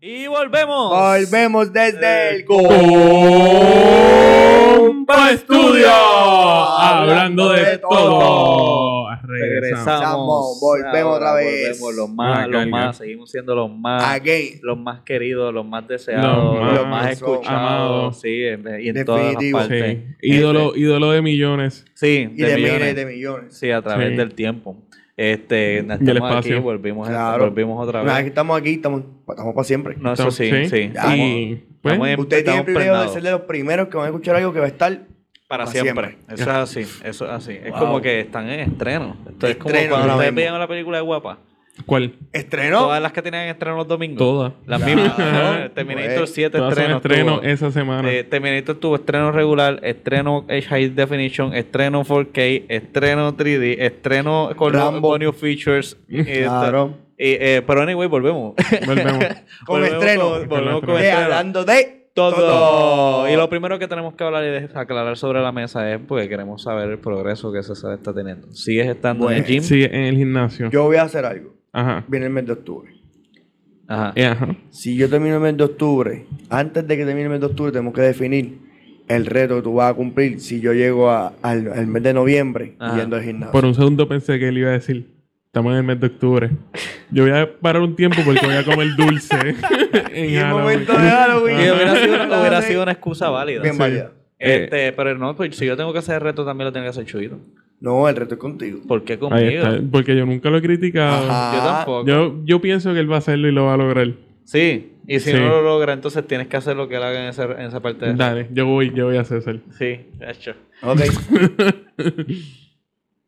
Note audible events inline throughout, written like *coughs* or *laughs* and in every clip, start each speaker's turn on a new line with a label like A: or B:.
A: Y volvemos.
B: Volvemos desde
A: Eh,
B: el
C: Compa Estudio.
B: Hablando
C: Hablando
B: de
C: de todo. Regresamos.
B: Regresamos, volvemos
A: Ahora
B: otra vez.
A: Volvemos los más,
C: Ah,
A: los
C: carga.
A: más, seguimos siendo los más,
B: Again.
A: los más queridos, los más deseados,
C: Los
A: los,
C: más-
A: más escuchados.
C: amados.
A: Sí, en- y en todas las
B: Definitivo.
A: partes.
C: Sí. Ídolo, ídolo de millones.
A: Sí,
B: Y de miles
A: millones.
B: de millones.
A: Sí, a través
C: Sí.
A: del tiempo. Este,
C: Y el
A: estamos aquí,
C: espacio.
A: volvimos,
B: Claro.
A: volvimos otra
B: Una vez que
A: vez.
B: estamos aquí, estamos, estamos para siempre.
A: No, eso sí, sí.
C: Sí.
B: Ya,
A: Y
C: Y, pues,
A: estamos en-
B: Usted tiene el
A: estamos
B: privilegio de
A: prendados.
B: ser de los primeros que van a escuchar algo que va a estar
A: Para
B: Para
A: siempre.
B: siempre.
A: Eso es así, eso es así. Es
B: Wow.
A: como que están en estreno. Esto es como
B: Estreno
A: cuando
B: ahora
A: ustedes
B: mismo.
A: veían la película de Guapa.
C: ¿cuál?
B: este estreno.
A: Todas las que tenían estreno los domingos.
C: Todas.
A: Las
B: Claro.
A: mismas. Terminator
B: Pues,
A: 7
C: Todas son
A: estreno.
C: estrenos
A: tuvo.
C: esa semana.
A: Eh, Terminator tuvo estreno regular, estreno High Definition, estreno 4K, estreno 3D, estreno con los
B: Rambo.
A: con new features. eh,
B: *laughs* Claro.
A: eh, eh, pero anyway,
B: *laughs*
A: volvemos.
C: *laughs* Volvemos.
B: Con
A: Volvemos
B: estreno.
A: con- volvemos con
C: Con
B: De
A: estreno.
B: hablando de
A: Todo. Y lo primero que tenemos que hablar y de- aclarar sobre la mesa es porque queremos saber el progreso que César está teniendo. ¿Sigues estando en el
B: Bueno.
A: gym?
C: Sí, en el gimnasio.
B: Yo voy a hacer algo.
C: Ajá.
B: Viene el mes de octubre.
A: Ajá.
C: Eh, ajá.
B: Si yo termino el mes de octubre, antes de que termine el mes de octubre, tenemos que definir el reto que tú vas a cumplir si yo llego a- al, al mes de noviembre
A: Ajá.
B: yendo al gimnasio.
C: Por un segundo pensé que él iba a decir, estamos en el mes de octubre. Yo voy a parar un tiempo porque voy a comer dulce. *laughs* en
B: Y el
C: Halloween.
B: momento de Halloween.
A: Que hubiera, sido,
B: *laughs* Ajá.
A: hubiera sido una excusa válida.
B: Bien
A: Sí.
B: válida.
A: Este, pero no, pues si yo tengo que hacer el reto, también lo tengo que hacer Chuyito.
B: No, el reto es contigo.
A: ¿Por qué conmigo?
C: Ahí está, porque yo nunca lo he criticado.
B: Ajá.
A: Yo tampoco.
C: Yo, yo pienso que él va a hacerlo y lo va a lograr.
A: Sí, y si
C: Sí.
A: no lo logra, entonces tienes que hacer lo que él haga en esa, en esa parte. de-
C: Dale, yo voy, yo voy a César.
A: Sí, de hecho.
B: Ok.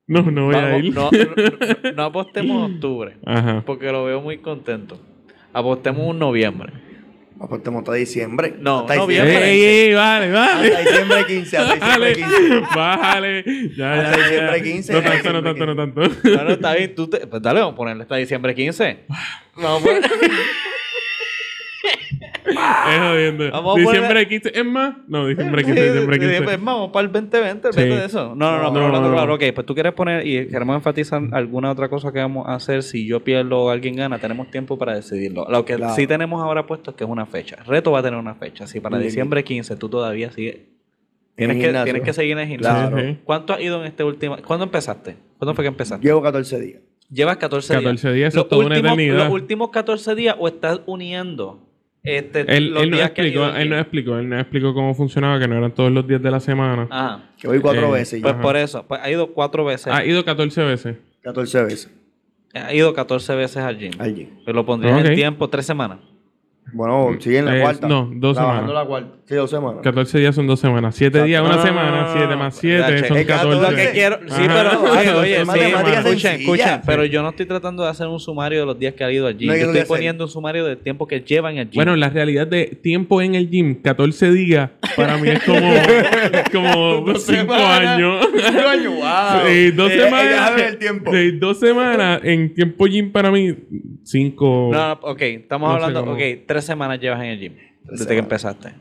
C: No, no voy a
A: Vamos,
C: ir.
A: no, no- no apostemos en octubre,
C: Ajá.
A: porque lo veo muy contento. Apostemos un noviembre.
B: Aportemos hasta este diciembre.
A: No,
B: hasta
C: Ey,
A: noviembre.
C: ey, ey, vale,
A: *laughs*
B: Hasta
C: vale.
B: diciembre 15. Hasta diciembre
C: Bájale,
B: 15.
C: bájale. Ya,
B: Hasta
C: ya, ya.
B: diciembre 15,
C: No
B: hasta
C: tanto, no tanto,
B: diciembre
C: no
A: *laughs*
C: tanto.
A: No, no, está bien. Tú te- pues dale, vamos a ponerle hasta diciembre 15. Vamos a poner-
C: Es jodiendo.
A: Vamos a
C: Diciembre 15, es más.
A: *laughs*
C: No, diciembre 15, diciembre 15.
A: Es más, pues, vamos para el 2020, el
C: Sí.
A: 20 de eso. No, no, no,
C: No,
A: pero
C: no,
A: hablando
C: no.
A: claro. Ok, pues tú quieres poner y queremos enfatizar alguna otra cosa que vamos a hacer. Si yo pierdo o alguien gana, tenemos tiempo para decidirlo. Lo que
B: Claro.
A: sí tenemos ahora puesto es que es una fecha. Reto va a tener una fecha. Si para
B: Bien.
A: diciembre 15 tú todavía sigues.
B: En
A: Tienes que,
B: gimnasio.
A: tienes que seguir en el gimnasio.
B: Claro.
C: Sí.
A: ¿Cuánto has ido en este último? ¿Cuándo empezaste? ¿Cuándo fue que empezaste?
B: Llevo 14 días.
A: Llevas 14 días.
C: 14 días, eso
A: Los
C: es toda una
A: últimos-
C: eternidad.
A: ¿Los últimos 14 días o estás uniendo este,
C: Él,
A: los
C: él no
A: días que has
C: explicó,
A: ido
C: él no
A: aquí?
C: explicó, él no explicó cómo funcionaba, que no eran todos los días de la semana.
A: Ajá.
B: Que voy cuatro
C: Eh,
B: veces.
A: Pues
B: Ya.
C: Ajá. Ah,
A: por eso, pues ha ido cuatro veces.
C: Ha ido 14 veces.
B: 14 veces.
A: Ha ido 14 veces al gym.
B: Allí.
A: Pero lo pondría en
C: Ok.
A: el tiempo, tres semanas.
B: Bueno, sigue en la
C: Eh,
B: cuarta.
C: no, dos
B: Trabajando
C: semanas.
B: la cuarta. Sí, dos semanas. *laughs*
C: 14 días son dos semanas. 7
A: Exacto.
C: días,
A: No,
C: una
A: no,
B: Ah.
A: no, no,
C: semana.
A: no,
C: 7
A: no.
C: más 7
A: Checa.
C: son
B: Es que a todo
C: 14.
A: Lo que quiero, sí,
C: Ajá.
A: pero
B: *laughs*
A: oye,
C: Dos
A: oye, sí,
C: semanas.
B: matemáticas
A: pero escuchen,
B: sencillas.
A: escuchen, pero yo no estoy tratando de hacer un sumario de los días que ha ido al gym.
B: No hay
A: yo
B: que
A: estoy
B: hacer.
A: poniendo un sumario del tiempo que llevan al gym.
C: Bueno, la realidad de tiempo en el gym, 14 días, para mí es
B: *laughs*
C: como como 5
B: semanas.
C: años.
B: *laughs* Cinco años, wow. Eh,
C: Sí, dos
B: Ella-
C: semanas.
B: ella sabe el tiempo.
C: Sí, dos semanas en tiempo gym para mí, 5.
A: no, no, ok, estamos
C: No sé
A: hablando,
C: cómo.
A: ok, tres semanas llevas en el gym. Desde que
B: semanas.
A: empezaste.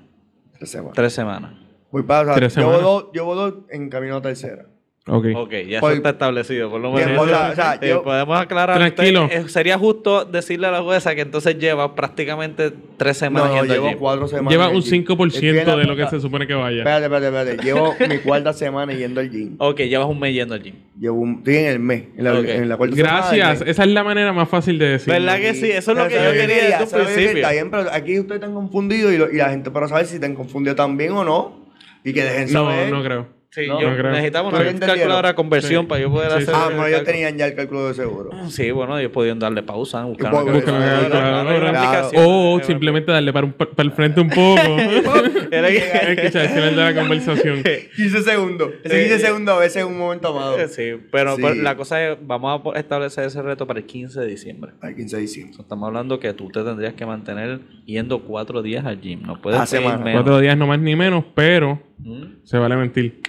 B: Tres semanas.
A: Tres semanas.
B: Voy para, o sea,
C: Tres
B: llevo,
C: semanas.
B: dos, llevo dos en camino a tercera.
C: Ok.
A: Ok, ya
B: Por-
A: eso está establecido, por lo menos.
B: Bien, Pues, o sea, o sea,
A: *laughs* Eh,
B: yo-
A: podemos aclarar.
C: Tranquilo.
A: usted, eh, sería justo decirle a la jueza que entonces lleva prácticamente tres
B: No,
A: semanas
B: no,
A: yendo al
B: llevo
A: gym.
B: cuatro semanas.
C: Lleva
B: en el
C: un
B: gym.
C: 5%
B: Estoy
C: de
B: en la
C: lo que
B: puta-
C: se supone que vaya.
B: Espérate, espérate, espérate. Llevo mi cuarta semana yendo al gym.
A: Ok, llevas un mes yendo al gym.
B: Llevo un, estoy en el mes, en la,
A: Ok.
B: en la cuarta semana.
C: Gracias.
B: del mes.
C: Esa es la manera más fácil de decir.
A: ¿Verdad que sí? Eso es lo
B: Pero
A: que yo
B: ¿sabes qué
A: quería
B: quería?
A: desde un
B: ¿Sabes qué?
A: principio.
B: Está bien, pero aquí ustedes están confundidos y, lo- y la gente para saber si están confundidos también o no. Y que dejen
C: No,
B: saber. Ah,
C: no creo.
A: Sí,
B: No,
A: yo
C: no creo.
A: necesitamos
B: Pero
A: una
B: bien
A: calculadora
B: entendieron.
A: de conversión
C: Sí.
A: para yo poder
C: Sí,
A: hacer.
C: sí.
B: Ah,
A: el
B: bueno, ellos
A: cálculo.
B: tenían ya el cálculo de
C: *laughs*
B: seguro.
A: Sí, bueno, ellos podían darle pausa, buscar una
B: Buscar una
A: calculadora.
B: calculadora.
A: Hay una
B: Claro.
A: aplicación.
C: O simplemente darle para, un- para el frente un poco.
B: *laughs*
A: Era que-
C: es que chaval, es que de la conversación.
B: 15 segundos. Ese 15 segundos a veces es un momento amado.
A: Sí, pero,
B: Sí.
A: pero la cosa es, vamos a po- establecer ese reto para el 15 de diciembre.
B: Al 15 de diciembre.
A: Estamos hablando que tú te tendrías que mantener yendo cuatro días al gym. No puedes
B: A
A: pedir
B: semana.
A: menos.
C: Cuatro días no más ni menos, pero
A: ¿Mm?
C: se vale mentir.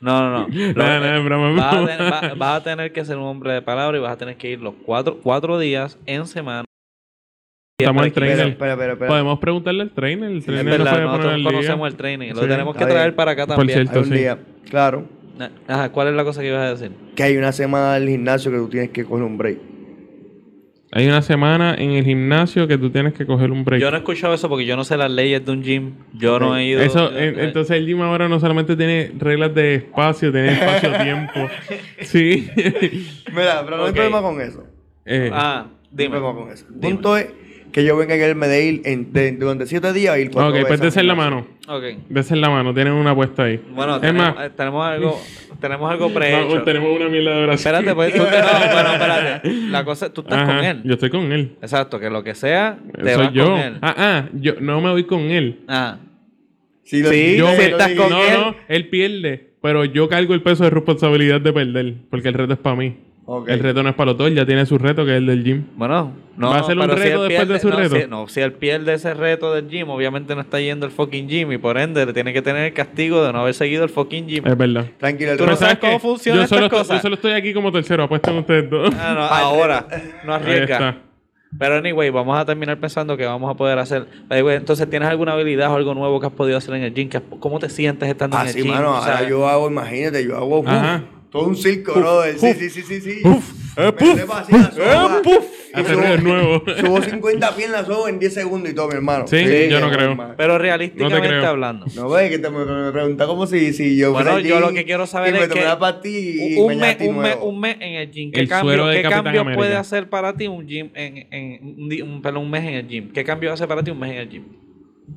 A: No, no,
C: *laughs*
A: no. Lo-
C: Nada, nada, es broma, es
B: Ah,
A: vas, a
C: broma.
A: tener, va- vas a tener que ser un hombre de palabra y vas a tener que ir los cuatro, cuatro días en semana.
C: Estamos en
B: Espera,
C: trainer.
B: espera, espera. espera.
C: Podemos preguntarle al trainer. El
A: Es
C: trainer nos
A: verdad,
C: puede poner
A: nosotros
C: al
A: conocemos
C: día.
A: el training. Lo
C: Sí,
A: tenemos que
B: está bien.
A: traer para acá
C: Por
A: también.
C: cierto.
B: Algún
C: sí.
B: día. Claro.
A: Ajá, ¿cuál es la cosa que ibas a decir?
C: *laughs*
B: Que hay una semana del gimnasio que tú tienes que coger un break.
C: Hay una semana en el gimnasio que tú tienes que coger un break.
A: Yo no he escuchado eso porque yo no sé las leyes de un gym. Yo no he ido.
C: Eso,
A: yo-
C: en- entonces el gym ahora no solamente tiene reglas de espacio,
A: *laughs*
C: tiene espacio-tiempo. sí.
B: Mira, pero no hay
A: Ok.
B: problema con eso.
C: Eh,
A: Ah, dime.
B: No hay problema con eso. El punto es que yo venga en el Medellín en, de- durante siete días y ir cuatro
C: ok, pues
B: veces.
C: desen la mano.
A: Ok.
C: Desen la mano, tienen una apuesta ahí.
A: Bueno,
C: es
A: tenemos,
C: más,
A: eh, tenemos algo, tenemos algo
C: *laughs* vamos,
A: prehecho.
C: tenemos una mierda de oración.
A: Espérate, pues tú te- no,
C: *laughs*
A: bueno, espérate. La cosa, tú estás
C: Ajá,
A: con él.
C: Yo estoy con él.
A: Exacto, que lo que sea, te
C: Soy
A: vas
C: yo.
A: con él.
C: Ah, ah, yo no me voy con él.
A: Ah.
B: Sí, lo-
A: Sí,
C: Yo
B: lo-
A: si
C: me-
A: estás con
C: no,
A: él-
C: no, él pierde. Pero yo cargo el peso de responsabilidad de perder. Porque el reto es para mí.
B: Ok.
C: El reto no es para los dos. Él Ya tiene su reto, que es el del gym.
A: Bueno, no.
C: ¿Va a ser un
A: pero si
C: reto
A: él
C: después de su
A: no,
C: reto?
A: Si, no, si él pierde ese reto del gym, obviamente no está yendo al fucking gym y por ende le tiene que tener el castigo de no haber seguido el fucking gym.
C: Es verdad.
B: Tranquilo, el
A: Tú no
B: reto-
A: sabes
C: qué?
A: cómo funcionan
C: yo
A: estas
C: solo estoy-
A: cosas.
C: Yo solo estoy aquí como tercero. Apuestan ustedes dos.
A: Ah, no,
B: *laughs*
A: ahora, no
C: Ahí
A: arriesga.
C: está.
A: Pero anyway, vamos a terminar pensando que vamos a poder hacer. Anyway, entonces, ¿tienes alguna habilidad o algo nuevo que has podido hacer en el gym? ¿Qué has- ¿Cómo te sientes estando en el
B: Así,
A: gym?
B: Ah, mano,
A: O sea,
B: ahora yo hago, imagínate, yo hago uf,
C: Ajá.
B: todo un circo, brother. Sí, sí, sí, sí, sí.
C: Uf, eh,
B: Me
C: puf,
B: trepo así la soga. Y
C: Hacer
B: subo-
C: ruido nuevo.
B: *laughs* Subo 50 pies en la soga en 10 segundos y todo, mi hermano.
C: Sí, yo no
B: mi
C: creo.
B: hermano.
A: Pero realísticamente
C: creo.
A: hablando.
B: No ves que te me, me pregunta como si, si yo
A: Bueno,
B: fuera
A: yo
B: allí
A: lo que quiero saber
B: y
A: es
B: me tomé
A: que
B: la pastilla y,
A: un,
B: me
A: mes,
B: ñatí
A: un, mes,
B: nuevo.
A: un mes en el gym. ¿Qué
C: El
A: cambio,
C: suero de
A: qué
C: Capitán
A: cambio
C: América.
A: puede hacer para ti un gym en, en- un, di- un- perdón, un mes en el gym? ¿Qué cambio hace para ti un mes en el gym?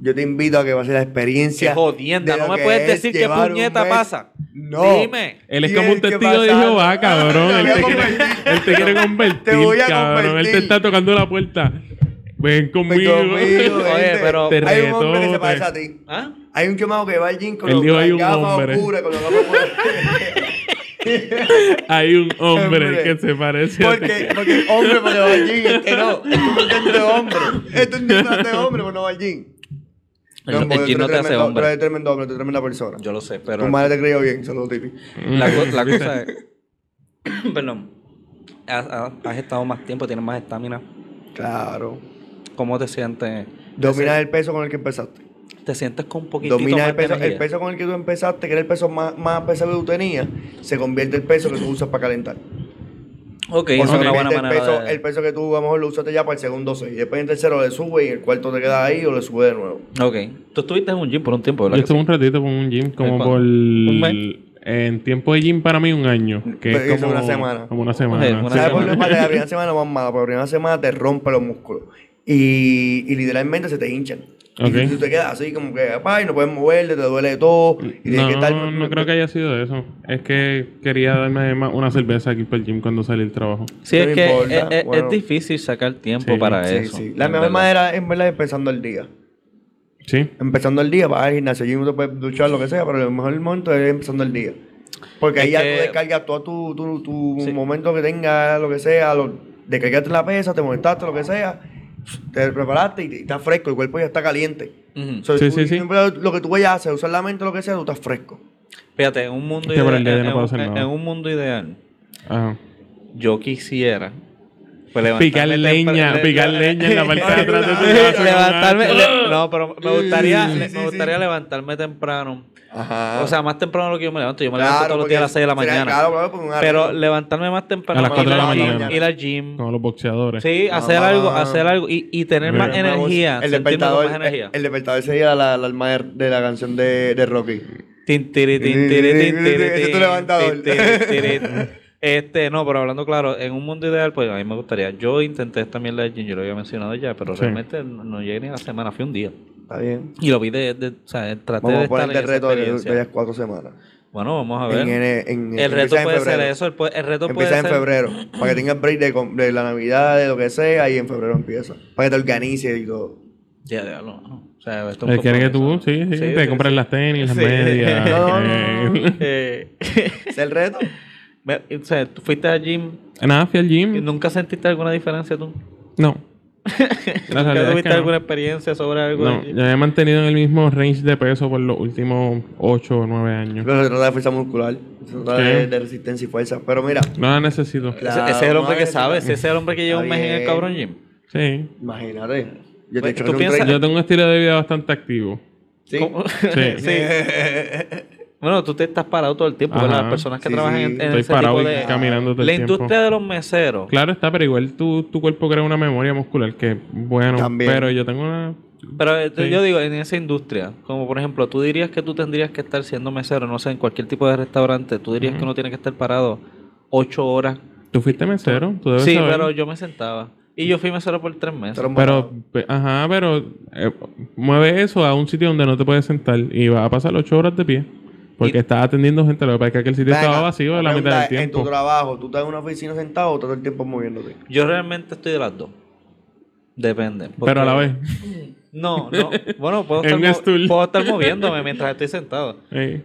B: Yo te invito a que pases la
A: Qué
B: experiencia.
A: jodienda,
B: de lo
A: no me
B: que
A: puedes
B: es
A: decir qué
B: llevar un
A: puñeta
B: mes.
A: pasa.
B: No.
A: Dime.
C: Él es
B: Tienes
C: como un
B: que Ah,
C: testigo de
B: pasar.
C: Jehová, cabrón.
B: Te
C: Él
B: voy
C: te,
B: a
C: quiere, *laughs*
B: convertir.
C: él te quiere convertir,
B: Te voy a
C: cabrón. Él te
B: convertir.
C: está tocando la puerta. Ven
B: Ven
C: conmigo.
B: conmigo, eh. gente.
A: pero-
C: Te
B: hay un hombre que
C: retó,
B: se
C: te-
B: parece a ti.
A: ¿Ah?
B: Hay un chamaco que va al gym con
C: Él
B: los-
C: dijo,
B: las
C: hay un
B: gafas
C: hombre.
B: oscuras, con los gafas oscuras.
C: *laughs* *laughs* Hay un hombre
B: Hombre.
C: que se parece a ti.
B: Porque, porque hombre porque va al gym, este no. Este es un gente de hombre. Este es un disfraz de hombre porque no va al gym.
A: El- el
B: porque tú
A: gym no
B: eres
A: te hace
B: tremendo-
A: hombre.
B: Tú eres tremendo hombre, tú eres tremenda persona.
A: Yo lo sé,
B: Tu
A: pero
B: madre te creyó bien, saludos, Titi.
C: Mm.
A: la, co- *laughs* la cosa *coughs* es... perdón. Has, has- has estado más tiempo, tienes más estamina.
B: Claro.
A: ¿Cómo te sientes?
B: Dominas el peso con el que empezaste.
A: ¿Te sientes con un poquitito
B: Dominas
A: más
B: el peso,
A: de
B: el
A: energía?
B: peso con el que tú empezaste, que era el peso más, más pesado que tú tenías, se convierte el peso que tú usas para calentar.
A: Ok,
B: O
A: es
B: sea,
A: una buena
B: obviamente el
A: manera
B: peso,
A: de-
B: el peso que tú a lo mejor lo usaste ya para el segundo 6. Después en el tercero le sube y el cuarto te queda ahí o le sube de nuevo.
A: Ok. Tú estuviste en un gym por un tiempo,
C: Yo
A: ¿verdad? que
C: estuve un ratito con un gym, como
A: ¿Cuánto?
C: por.
A: ¿Un mes?
C: En tiempo de gym para mí, un año. Que
B: Pero
C: es
B: hizo
C: como
B: una semana.
C: Como una semana.
A: Sí, una
C: sí.
B: ¿Sabes por qué?
A: semana.
B: Para que la primera semana más mala, porque la primera semana te rompe los músculos. Y, y literalmente se te hinchan. Y
C: Ok.
B: tú te quedas así como que, "Ay, no puedes moverte, te duele todo. Y tienes
C: No,
B: que estar-
C: no, creo que haya sido eso. Es que quería darme más una cerveza aquí para el gym cuando salí del trabajo.
A: Sí,
B: No
A: es
B: me
A: que
B: importa,
A: es, es- es
B: bueno.
A: difícil sacar tiempo
C: Sí,
A: para
B: Sí,
A: eso.
B: sí. La
A: en
B: mejor
A: verdad.
B: manera, en verdad, es empezando el día.
C: Sí.
B: Empezando el día, vas al gimnasio. Allí no te puedes duchar, lo que sea, pero el mejor momento es empezando el día. Porque ahí
A: Es
B: ya
A: que-
B: tú descargas todo tu, tu, tu
A: Sí.
B: momento que tengas, lo que sea. Lo, descargaste la pesa, te molestaste, lo que sea. Te preparaste y, te- y estás fresco. El cuerpo ya está caliente.
A: Ujú.
B: So,
C: Sí,
B: tú-
C: sí, sí.
B: siempre lo que tú vayas a hacer, usar la mente, lo que sea, tú estás fresco.
A: Fíjate, en un mundo
C: Es que por el
A: ideal,
C: día ya no
A: en
C: puedo
A: un-
C: hacer
A: en-
C: nada.
A: en un mundo ideal,
C: Ajá.
A: yo quisiera pues, levantarme
C: Picar
A: tempra-
C: leña,
A: le-
C: picar
A: le-
C: leña en
A: *laughs*
C: la parte de atrás de tu
A: le-
C: casa. con
A: levantarme,
C: una-
A: le- no, pero me gustaría,
B: Sí,
A: le-
B: sí,
A: me
B: sí.
A: gustaría levantarme temprano.
B: Ajá.
A: O sea, más temprano de lo que yo me levanto. Yo me levanto todos los
B: Ah. porque
A: días a las 6 de la
B: será-
A: mañana.
B: Claro, claro, porque un
A: pero
B: arreglo.
A: levantarme más temprano
C: A las
A: ir
C: cuatro de la
A: al gym,
C: mañana.
A: ir al gym.
C: Como los boxeadores.
A: Sí,
B: No,
A: hacer algo,
B: mamá.
A: hacer algo y, y tener
C: Mira,
A: más
B: Me gusta.
A: energía.
B: Ah. El
A: sentirme con
B: despertador,
A: más energía.
B: el, el despertador sería la, la alma de, de la canción de, de Rocky.
A: Tin, tiri, tin,
B: Tin,
A: tiri,
B: tiri,
A: tin,
B: tin,
A: tiri,
B: tin. Ese es tu
A: tin,
B: levantador.
A: tin, tiri, tiri. *laughs* Este, no, pero hablando claro, en un mundo ideal, pues a mí me gustaría. Yo intenté esta mierda de gym, yo lo había mencionado ya, pero
C: Sí.
A: realmente no no llegué ni a la semana, fui un día.
B: Está bien.
A: Y lo vi de, de- o sea, traté
B: Vamos
A: de
B: a
A: estar
B: ponerte
A: en
B: el
A: esa
B: reto de que
A: experiencia.
B: vayas cuatro semanas.
A: Bueno, vamos a
B: En,
A: ver.
B: en, en-
A: el reto
B: empieza en
A: puede ser
B: febrero.
A: eso, el, pu- el reto puede
B: Empieza
A: ser...
B: en febrero, para que tengas break de, com- de la Navidad, de lo que sea, y en febrero empieza. Para que te organices y todo.
A: Ya, ya, no, no. O sea, esto es
C: El
A: un
C: que eres que tú,
A: compromiso.
C: sí, sí,
A: Sí,
C: te
A: sí,
C: compras
A: sí.
C: las tenis, las
A: Sí. *laughs*
C: medias.
B: No, no, no,
C: eh.
A: Eh,
B: ¿Es el reto?
A: me- o sea, tú fuiste al gym
C: *laughs* Nada, fui al
A: y
C: gym.
A: nunca sentiste alguna diferencia tú.
C: No.
A: *laughs*
C: La realidad es
A: ¿Nunca
C: que
A: tuviste
C: no.
A: alguna experiencia sobre algo
C: No,
A: del gym?
C: ya me he mantenido en el mismo range de peso por los últimos 8 o 9 años.
B: Pero se trata de fuerza muscular, se trata
C: Sí.
B: de, de resistencia y fuerza. Pero mira,
C: No la necesito.
B: Claro,
A: ese, ese es el hombre
B: madre,
A: que
B: sí,
A: sabe,
B: claro.
A: ese es el hombre que lleva un mes en el
B: Está
A: cabrón
B: bien.
A: gym.
C: Sí.
B: imagínate.
A: Pues,
B: Yo te he dicho
A: ¿tú
B: que
A: piensas-
B: es
A: *laughs*
C: Yo tengo un estilo de vida bastante activo. *laughs*
B: un *laughs*
A: ¿Cómo?
B: training.
A: Sí.
C: Sí.
B: Sí.
A: Bueno, tú te estás parado todo el tiempo, porque
C: Ajá.
A: las personas que
B: Sí,
A: trabajan
B: sí.
A: en, en
C: Estoy
A: ese
C: parado
A: tipo
C: y
A: de...
C: caminando todo el
A: la
C: tiempo.
A: industria de los meseros.
C: Claro está, pero igual tu, tu cuerpo crea una memoria muscular que, bueno,
B: También.
C: pero yo tengo una...
A: Pero eh,
C: Sí.
A: yo digo, en esa industria, como por ejemplo, tú dirías que tú tendrías que estar siendo mesero, no sé, en cualquier tipo de restaurante, tú dirías que uno tiene que estar parado ocho horas.
C: Tú fuiste mesero, tú debes
A: Sí,
C: saber.
A: pero yo me sentaba. Y yo fui mesero por tres meses.
B: Pero-
C: Pero, pe- ajá, pero eh, mueve eso a un sitio donde no te puedes sentar y vas a pasar ocho horas de pie. Porque
A: Y-
C: estás atendiendo gente, lo que pasa es que aquel sitio
B: Venga,
C: estaba vacío la mitad
B: pregunta,
C: del
B: En tu
C: tiempo.
B: trabajo, ¿tú estás en una oficina sentado o estás todo el tiempo moviéndote?
A: Yo realmente estoy de las dos. Depende.
C: Pero a la
A: porque-
C: vez.
A: No, no. Bueno, puedo
C: *laughs*
A: estar,
C: En un
A: mo-
C: stool.
A: puedo estar moviéndome mientras estoy sentado.
C: eh,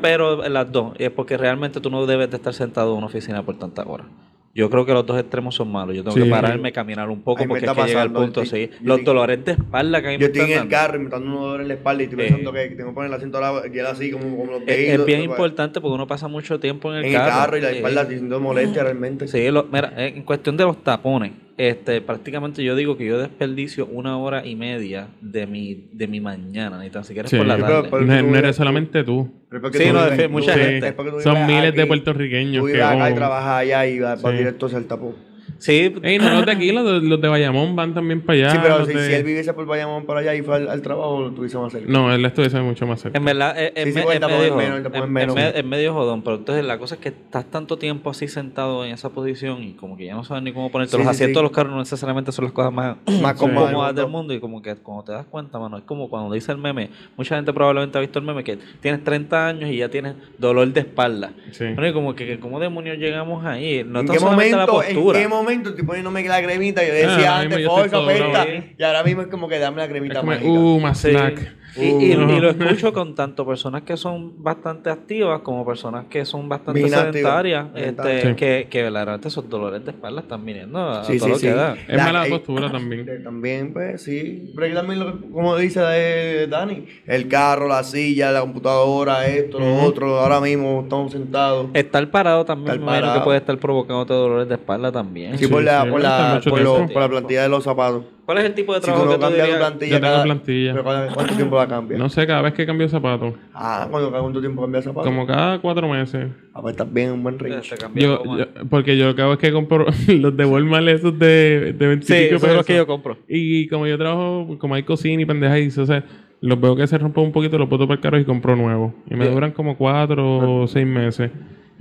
A: Pero las dos. Es porque realmente tú no debes de estar sentado en una oficina por tantas horas. Yo creo que los dos extremos son malos. Yo tengo
C: Sí.
A: que pararme, caminar un poco,
B: Ay, me
A: porque es
B: está
A: que llega el
B: pasando,
A: punto,
B: yo
A: sí.
B: estoy- yo
A: Los
B: estoy-
A: dolores de espalda que a mí me
B: Yo estoy en
A: están
B: el
A: dando.
B: carro y me está dando un dolor en la espalda y estoy
A: Eh.
B: pensando que tengo que poner el asiento a la- y él así como, como los
A: Es, es
B: dedos,
A: bien
B: todo,
A: importante porque uno pasa mucho tiempo en el
B: En el
A: carro.
B: carro y la
A: Sí.
B: espalda sintiendo molestia realmente.
A: Sí, lo- mira, en cuestión de los tapones, este, prácticamente yo digo que yo desperdicio una hora y media de mi, de mi mañana, ni tan siquiera es
C: Sí.
A: por la
C: Sí,
A: tarde.
B: pero-
C: no,
B: tú
C: no eres
B: vives-
C: solamente tú.
B: Pero es porque
A: Sí,
B: tú
A: no,
B: vives-
A: es que
B: tú
A: mucha
B: vives-
A: gente.
B: es porque tú
C: Son
B: vives
C: miles de
B: aquí,
C: puertorriqueños
B: Tú
C: que
B: vives acá y
C: como-
B: trabajas allá y vas, vas
C: Sí.
B: directo hacia el tapón.
A: Sí,
C: Ey, no, los de aquí, los de, los de Bayamón van también para allá.
B: sí, pero
C: los
B: si,
C: de-
B: si él viviese por Bayamón para allá y fue al, al trabajo, lo tuviese más cerca.
C: No, él estuviese mucho más cerca.
A: en verdad es, es
B: Sí, sí,
A: me- es
B: porque el tapón es
A: medio
B: menos,
A: jodón,
B: el tapón
A: es-
B: es menos.
A: es me- es medio jodón, pero entonces la cosa es que estás tanto tiempo así sentado en esa posición y como que ya no sabes ni cómo ponerte.
B: Sí,
A: los
B: sí,
A: asientos
B: sí.
A: de los carros no necesariamente son las cosas
B: *coughs*
A: más
B: Más
C: Sí.
B: cómodo.
A: cómodas del mundo y como que cuando te das cuenta, mano, es como cuando dice el meme, mucha gente probablemente ha visto el meme que tienes 30 años y ya tienes dolor de espalda.
C: Sí.
A: Bueno, y como que, que ¿cómo demonios llegamos ahí? No
B: ¿En
A: tan
B: qué,
A: solamente la
B: momento, ¿En
A: postura.
B: qué momento estoy poniéndome la cremita? Yo
C: Ah,
B: decía
C: ahora mismo
B: antes,
C: yo
B: por
C: estoy todo
B: pesta.
A: bravo.
B: Y ahora mismo es como que dame la
C: Es
B: cremita
C: como,
B: mágica.
C: uh, más
A: Sí.
C: snack.
A: Y, y-
C: Uh.
A: y
C: *laughs*
A: lo escucho con tanto personas que son bastante activas como personas que son bastante
B: Bien activas.
A: sedentarias,
B: Bien
A: este,
B: activas.
C: Sí.
A: que, que verdaderamente esos dolores de espalda están viniendo a, a
B: Sí,
A: todo
B: sí,
A: lo
B: sí.
A: que da.
C: Es
B: La-
C: mala
B: eh,
C: postura también.
B: Eh, También, pues, sí. Pero aquí también, lo que- como dice eh, Dani, el carro, la silla, la computadora, esto, lo
C: Ujú.
B: otro, ahora mismo estamos sentados.
A: Estar parado también,
B: Estar
A: me imagino que
B: parado.
A: puede estar provocándote dolores de espalda también.
B: Sí, por,
C: sí,
B: la,
C: sí,
B: por,
C: está
B: la,
C: mucho
B: por, lo-
A: tiempo.
B: por la plantilla de los zapatos.
A: ¿Cuál es el tipo de
B: Si tú
A: trabajo
B: no
A: que tú
B: cambias tu
A: dirías?
B: plantilla,
C: Yo tengo
B: cada-
C: plantilla.
B: ¿Pero cada- ¿Cuánto tiempo la cambias?
C: No sé, cada vez que cambio zapato,
B: Ah, cuando cuánto tiempo cambias zapatos.
C: como cada cuatro meses,
B: Ah, pues estás bien, un buen
A: Eh,
B: range.
A: se cambia
C: yo,
A: como-
C: yo- porque yo lo que hago es que compro *laughs* los de Walmart esos de, de 25
A: sí, eso es lo
C: pesos.
A: que yo compro.
C: Y como yo trabajo, como hay cocina y pendeja y eso, o sea, los veo que se rompen un poquito, los puedo para el carro y compro nuevos. Y me
A: Bien. Ah.
C: duran como cuatro o seis meses.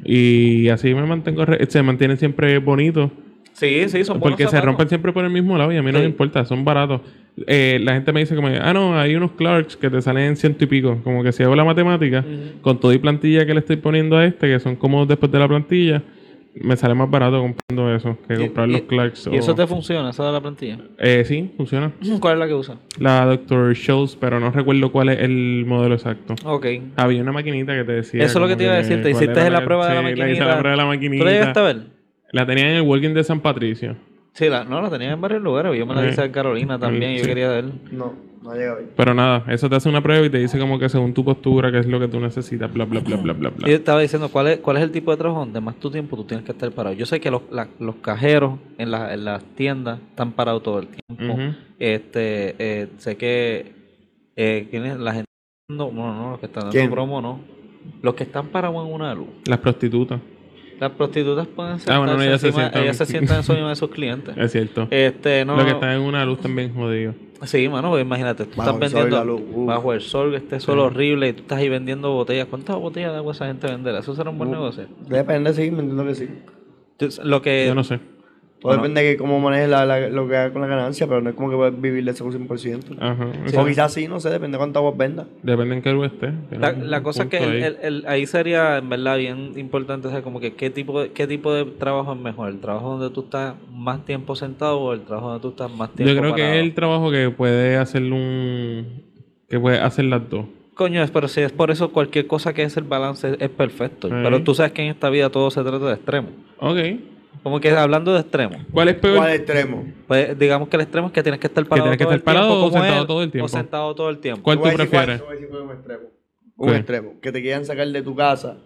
C: Y así me mantengo, re- se mantienen siempre bonitos.
A: Sí, sí, son buenos
C: Porque se
A: zapatos.
C: rompen siempre por el mismo lado y a mí no
A: Sí.
C: me importa, son baratos. Eh, la gente me dice como, ah, no, hay unos Clarks que te salen en ciento y pico. Como que si hago la matemática,
A: Ujú.
C: con todo y plantilla que le estoy poniendo a este, que son cómodos después de la plantilla, me sale más barato comprando eso que
A: Y-
C: comprar los
A: y-
C: Clarks.
A: ¿Y
C: o-
A: eso te funciona, esa de la plantilla? *clears throat*
C: Eh, sí, funciona.
A: ¿Cuál es la que usas?
C: La Dr. Scholl's, pero no recuerdo cuál es el modelo exacto.
A: Ok.
C: Había una maquinita que te decía.
A: Eso es lo que
C: como
A: te iba a decir, te
C: cuál
A: hiciste
C: era
A: la prueba de la
C: sí, le hice
A: maquinita.
C: la prueba de la
A: ¿Tú la llegaste a
C: maquinita.
A: ver?
C: La tenía en el Walking de San Patricio.
A: Sí, la, no, la tenía en varios lugares. Yo me la
C: Ajá.
A: hice en Carolina también. Yo
C: Eh. Sí.
A: quería ver.
B: No, no llega bien.
C: Pero nada, eso te hace una prueba y te dice como que según tu postura, qué es lo que tú necesitas, bla, bla, bla, bla, bla,
A: Yo
C: bla.
A: estaba diciendo, ¿cuál es, ¿cuál es el tipo de trabajo donde más tu tiempo tú tienes que estar parado? Yo sé que los, la- los cajeros en, la- en las tiendas están parados todo el tiempo.
C: Ujú.
A: Este, eh, sé que eh, ¿quién es? la gente... No, no, no, los que están
B: ¿Quién?
A: dando promo, no. Los que están parados en una luz.
C: Las prostitutas,
A: Las prostitutas pueden sentarse
C: Ah, bueno, no, ellas se
A: encima-
C: sientan-
A: ellas se sientan encima de sus
C: *laughs*
A: clientes.
C: es cierto.
A: Este, no,
C: Lo que está en una luz también jodido.
A: Sí, mano, pues imagínate, tú
B: Bajo
A: estás
B: el sol y
A: vendiendo
B: la luz, uf.
A: bajo el sol, este sol horrible, y tú estás ahí vendiendo botellas. ¿Cuántas botellas de agua esa gente venderá? Eso será un buen
B: Uh.
A: negocio.
B: Depende, sí, me entiendo que sí.
A: Entonces, lo que.
C: Yo no sé.
B: Todo
A: Bueno.
B: depende de que cómo manejes la, la- lo que hagas con la ganancia, pero no es como que puedes vivir de eso un 100%.
C: Ajá.
B: O
C: eso-
B: quizás sí, no sé, depende de cuántas aguas vendas.
C: Depende en qué luz esté. Tiene
A: la,
C: un
A: la cosa es que
C: punto
A: el-
C: ahí.
A: el- el- ahí sería en verdad bien importante o sea, como que qué tipo de, qué tipo de trabajo es mejor, el trabajo donde tú estás más tiempo sentado o el trabajo donde tú estás más tiempo
C: Yo creo
A: parado?
C: que es el trabajo que puede hacer un... que puede hacer las dos.
A: Coño, es- pero si es por eso cualquier cosa que es el balance es perfecto,
C: Sí.
A: pero tú sabes que en esta vida todo se trata de extremos.
C: Ok.
A: Como que hablando de extremos,
C: ¿Cuál es peor?
B: ¿Cuál extremo?
A: Pues digamos que el extremo es que tienes que estar parado,
C: tienes que
A: todo
C: estar
A: el tiempo,
C: parado o
A: como
C: sentado
A: él,
C: todo el tiempo.
A: O sentado todo el tiempo.
C: ¿Cuál
B: Te voy
C: tú
B: a decir cuál-
C: prefieres?
B: te voy a decir cuál es un extremo.
C: ¿Cuál?
B: Un extremo. Que te quieran sacar de tu casa.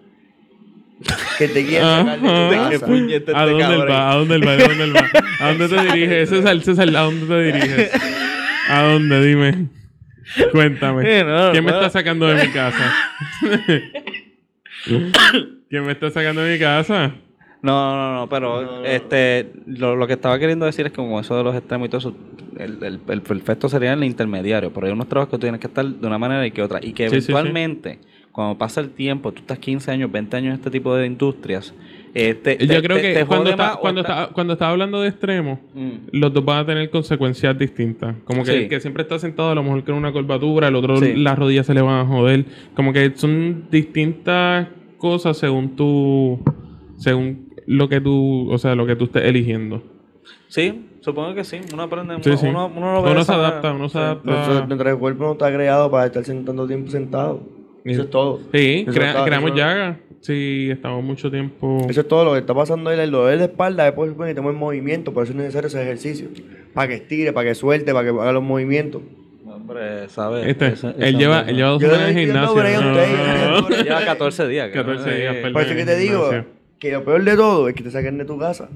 B: Que te quieran
C: Ajá.
B: sacar de tu
A: ¿Qué
B: casa.
A: puñeta
C: ¿A
A: este
C: dónde él
A: cabrón?
C: va? ¿A dónde él va? ¿A dónde él va? ¿A dónde
A: *laughs*
C: te diriges? César, César, ¿a dónde te diriges? ¿A dónde? Dime. Cuéntame.
A: Sí, no,
C: ¿Quién me
A: bueno. *laughs*
C: está sacando de mi casa? ¿Quién me está sacando de mi casa?
A: No, no, no, pero este, Lo, lo que estaba queriendo decir es que como eso de los extremos y todo eso, el, el- el perfecto sería el intermediario, pero hay unos trabajos que tú tienes que estar de una manera y que otra, y que
C: Sí, sí, sí.
A: eventualmente, cuando pasa el tiempo, tú estás 15 años, 20 años en este tipo de industrias, eh, te- te-
C: Yo creo
A: te-
C: que
A: te
C: cuando,
A: jode
C: está,
A: más o
C: cuando,
A: está-
C: está, cuando está hablando de extremos,
A: Mm.
C: los dos van a tener consecuencias distintas. Como que
A: Sí.
C: el que siempre está sentado a lo mejor con una curvatura, el otro
A: Sí.
C: las rodillas se le van a joder. Como que son distintas cosas según tu... Según lo que tú... O sea, lo que tú estés eligiendo.
A: Sí, supongo que sí, uno aprende,
C: Sí,
A: uno,
C: sí.
A: uno- uno lo ve
C: Uno
A: de
C: se
A: esa-
C: adapta, uno se
A: sí.
C: adapta.
B: Nuestro, nuestro cuerpo no está creado para estar sentado tanto tiempo sentado. Eso es todo.
C: Sí,
B: Eso
C: crea-
B: está-
C: creamos
B: eso-
C: llagas. Sí, estamos mucho tiempo...
B: Eso es todo lo que está pasando ahí, el dolor de espalda, después supone que tenemos movimiento, por eso es necesario ese ejercicio. Para que estire, para que suelte, para que haga los movimientos.
A: Hombre, ¿sabes?
C: Este,
A: Esa-
C: él,
A: esa
C: lleva,
A: mierda.
C: él
A: *laughs*
C: lleva dos
B: Yo-
C: semanas en
B: yo no
C: gimnasio.
B: brego
C: No,
B: ustedes,
C: no, no, no.
B: yo-
A: Lleva 14 días.
C: *laughs*
A: creo.
C: 14 días,
A: Eh,
C: perdón.
B: Por eso que te digo
C: Ignacio.
B: que lo peor de todo es que te saquen de tu casa.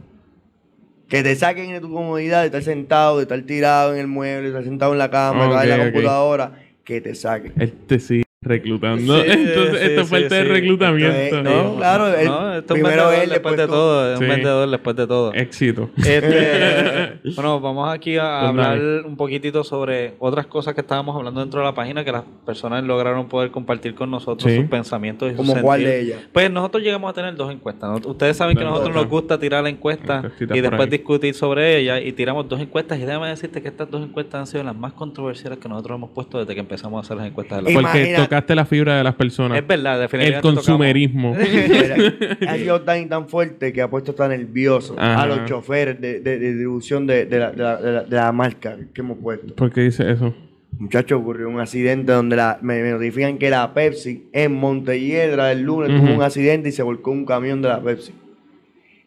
B: Que te saquen de tu comodidad, de estar sentado, de estar tirado en el mueble, de estar sentado en la cama,
C: Ok,
B: acá en la
C: Ah, ok.
B: computadora. Que te saquen.
C: Él te sigue Este reclutando.
A: Sí,
C: *laughs* Entonces,
A: sí,
C: esto es
A: sí,
C: parte de
A: sí.
C: reclutamiento.
B: Esto es- no,
C: Sí.
B: claro, el-
A: no, esto es un
B: primero
A: vendedor
B: él,
A: después
B: después
A: de
B: tú.
A: todo, es un
C: Sí.
A: vendedor después de
C: *laughs*
A: todo.
C: Éxito.
B: *laughs*
A: Este, bueno, vamos aquí a
C: Pues
A: hablar
C: dale.
A: un poquitito sobre otras cosas que estábamos hablando dentro de la página que las personas lograron poder compartir con nosotros
C: Sí.
A: sus pensamientos y sus
B: Como cuál
A: sentir.
B: de ellas.
A: Pues nosotros llegamos a tener dos encuestas. ¿no? Ustedes saben que
C: Dos
A: a nosotros nos
C: encuestas.
A: gusta tirar la encuesta
C: Encuestitas
A: y
C: por
A: después
C: ahí.
A: discutir sobre ella y tiramos dos encuestas y déjame decirte que estas dos encuestas han sido las más controversiales que nosotros hemos puesto desde que empezamos a hacer las encuestas de la
B: Y-
A: página.
C: Porque
B: Imagina-
C: tocaste la fibra de las personas.
A: Es verdad,
C: Pues, El
A: definitivamente. tocamos-
C: consumerismo. *laughs*
B: Mira, ha sido tan y tan fuerte que ha puesto tan nervioso
C: Ajá.
B: a los choferes de, de- de distribución de, de la, de la- de la- de la marca que hemos puesto.
C: ¿Por qué dice eso?
B: Muchachos, ocurrió un accidente donde la- me, me notifican que la Pepsi en Montelledra el lunes
C: Ujú.
B: tuvo un accidente y se volcó un camión de la Pepsi.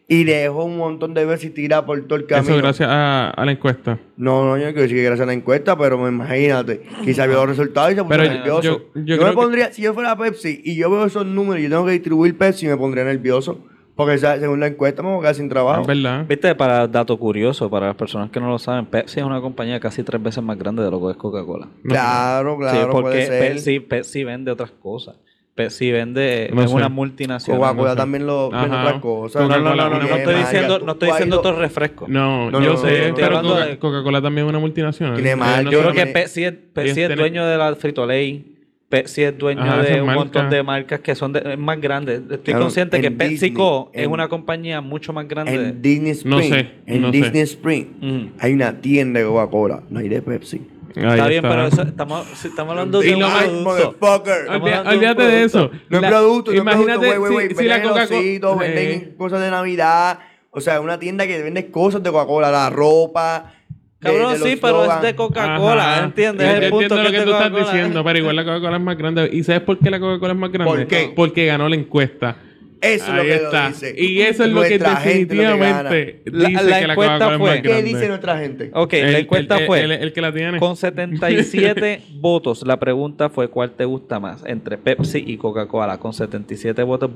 B: Y dejó un montón de Pepsi tirada por todo el camino.
C: Eso gracias a, a la encuesta.
B: No, no, yo quiero decir que gracias a la encuesta, pero me imagínate. Quizá vio los resultados y se puso
C: Pero yo-
B: nervioso.
C: yo-
B: Yo,
C: yo creo
B: me
C: que-
B: pondría, si yo fuera Pepsi y yo veo esos números y yo tengo que distribuir Pepsi, me pondría nervioso. Porque sa- según la encuesta me voy a quedar sin trabajo.
C: Es verdad.
A: Viste, para dato curioso, para las personas que no lo saben, Pepsi es una compañía casi tres veces más grande de lo que es Coca-Cola.
C: No.
B: Claro, claro,
A: Sí, porque
B: puede ser.
A: Pepsi, Pepsi vende otras cosas. Pepsi vende,
C: No
A: es
C: sé.
A: una multinacional.
B: Coca-Cola
C: no sé.
B: también lo
C: Ajá.
B: vende otras cosas.
C: No, no, no, no, no,
A: No,
C: Bien,
A: no estoy
C: María,
A: diciendo, no estoy diciendo otros refrescos.
C: No,
B: No,
C: yo
B: no,
C: sé,
B: no,
A: no.
B: no,
C: pero Coca-
A: Hablando de-
C: Coca-Cola también es una multinacional.
B: Tiene
C: Ellos
B: marca.
C: no
A: Yo creo
C: tienen-
A: que
B: Tiene-
A: Pepsi es, Pepsi
C: ellos
A: es
C: tienen-
A: dueño de la Frito-Lay. Pepsi es dueño
C: Ajá, esas
A: de un
C: marcas.
A: montón de marcas que son de- más grandes. Estoy
B: Claro,
A: consciente
B: en
A: que
B: Disney,
A: PepsiCo es
B: en-
A: una compañía mucho más grande.
B: En Disney Spring.
C: No sé,
B: En
C: no sé.
B: Disney Spring
A: Ujú.
B: hay una tienda de Coca-Cola. No hay de Pepsi.
C: Ahí
A: Está bien,
C: está.
A: pero eso- estamos, si estamos hablando de
C: Y
A: un
C: lo más- Ah,
A: producto.
B: motherfucker.
A: Estamos
C: Olvida-
A: hablando de un
C: olvídate de eso.
A: producto.
B: No es
C: La-
B: producto,
C: imagínate
B: no es producto, güey, güey,
C: si,
B: güey,
C: si la
B: venden ositos,
C: Coca-Cola.
B: venden cosas de Navidad, o sea, una tienda que vende cosas de Coca-Cola, la ropa, de-
A: Cabrón,
B: de los
A: sí, pero es
B: slogans.
A: de Coca-Cola,
C: Ajá.
A: ¿entiendes?
C: Yo
A: Es el
C: entiendo
A: punto
C: lo que,
A: es
C: tú
A: de
C: estás
A: Coca-Cola.
C: diciendo, pero igual la Coca-Cola es más grande. ¿Y sabes por qué la Coca-Cola es más grande?
B: ¿Por qué?
C: Porque ganó la encuesta.
B: Eso es lo
C: Ahí
B: que lo
C: está.
B: dice.
C: Y eso es lo que
B: Nuestra gente lo que gana.
C: definitivamente
A: La-
C: dice
A: la
C: que la
A: encuesta
C: Coca-Cola es
A: fue-
C: más
A: ¿Qué
B: ¿Qué
C: grande.
B: dice nuestra gente?
A: Ok,
C: El-
A: la encuesta
C: el-
A: fue
C: El, el que la tiene.
A: con
C: *laughs*
A: 77 votos. La pregunta fue cuál te gusta más entre Pepsi y Coca-Cola. Con 77 votos,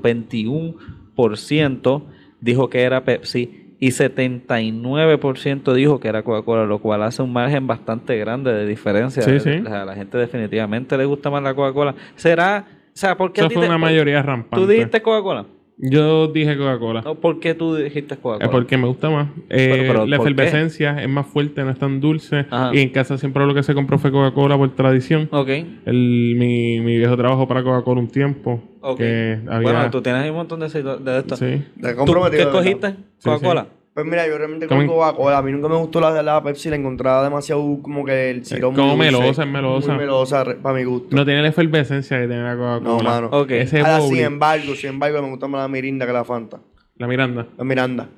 A: 21% dijo que era Pepsi y 79% dijo que era Coca-Cola, lo cual hace un margen bastante grande de diferencia.
C: Sí, sí.
A: A la gente definitivamente le gusta más la Coca-Cola. ¿Será? O sea, ¿por qué a
C: Eso
A: ti
C: fue
A: te-
C: una mayoría rampante.
A: ¿Tú dijiste Coca-Cola?
C: Yo dije Coca-Cola.
A: No, ¿Por qué tú dijiste
C: Eh,
A: Coca-Cola?
C: porque me gusta más. Eh,
A: Pero- pero,
C: la
A: ¿por qué?
C: efervescencia es más fuerte, no es tan dulce.
A: Ajá.
C: Y en casa siempre lo que se compró fue Coca-Cola por tradición.
A: Ok.
C: El, mi, mi viejo trabajó para Coca-Cola un tiempo.
A: Ok.
C: Que había...
A: Bueno, tú tienes ahí un montón de, situ- de esto.
C: Sí.
B: Está
A: ¿Tú
B: comprometido,
A: ¿Qué
B: ¿verdad?
A: cogiste?
C: sí.
A: ¿Coca-Cola?
B: Pues mira, yo realmente
C: Come-
B: con Coca-Cola, a mí nunca me gustó la, la Pepsi, la encontraba demasiado como que el sirop
C: como
B: muy dulce,
C: melosa, es melosa.
B: Muy melosa re- para mi gusto.
C: No tiene la efervescencia que tiene la Coca-Cola.
B: No, mano.
A: Ok.
C: Ese
B: Ahora, sin
C: bowl,
B: embargo, sin embargo, me gusta más la Mirinda que la Fanta.
C: La Miranda.
B: La Miranda,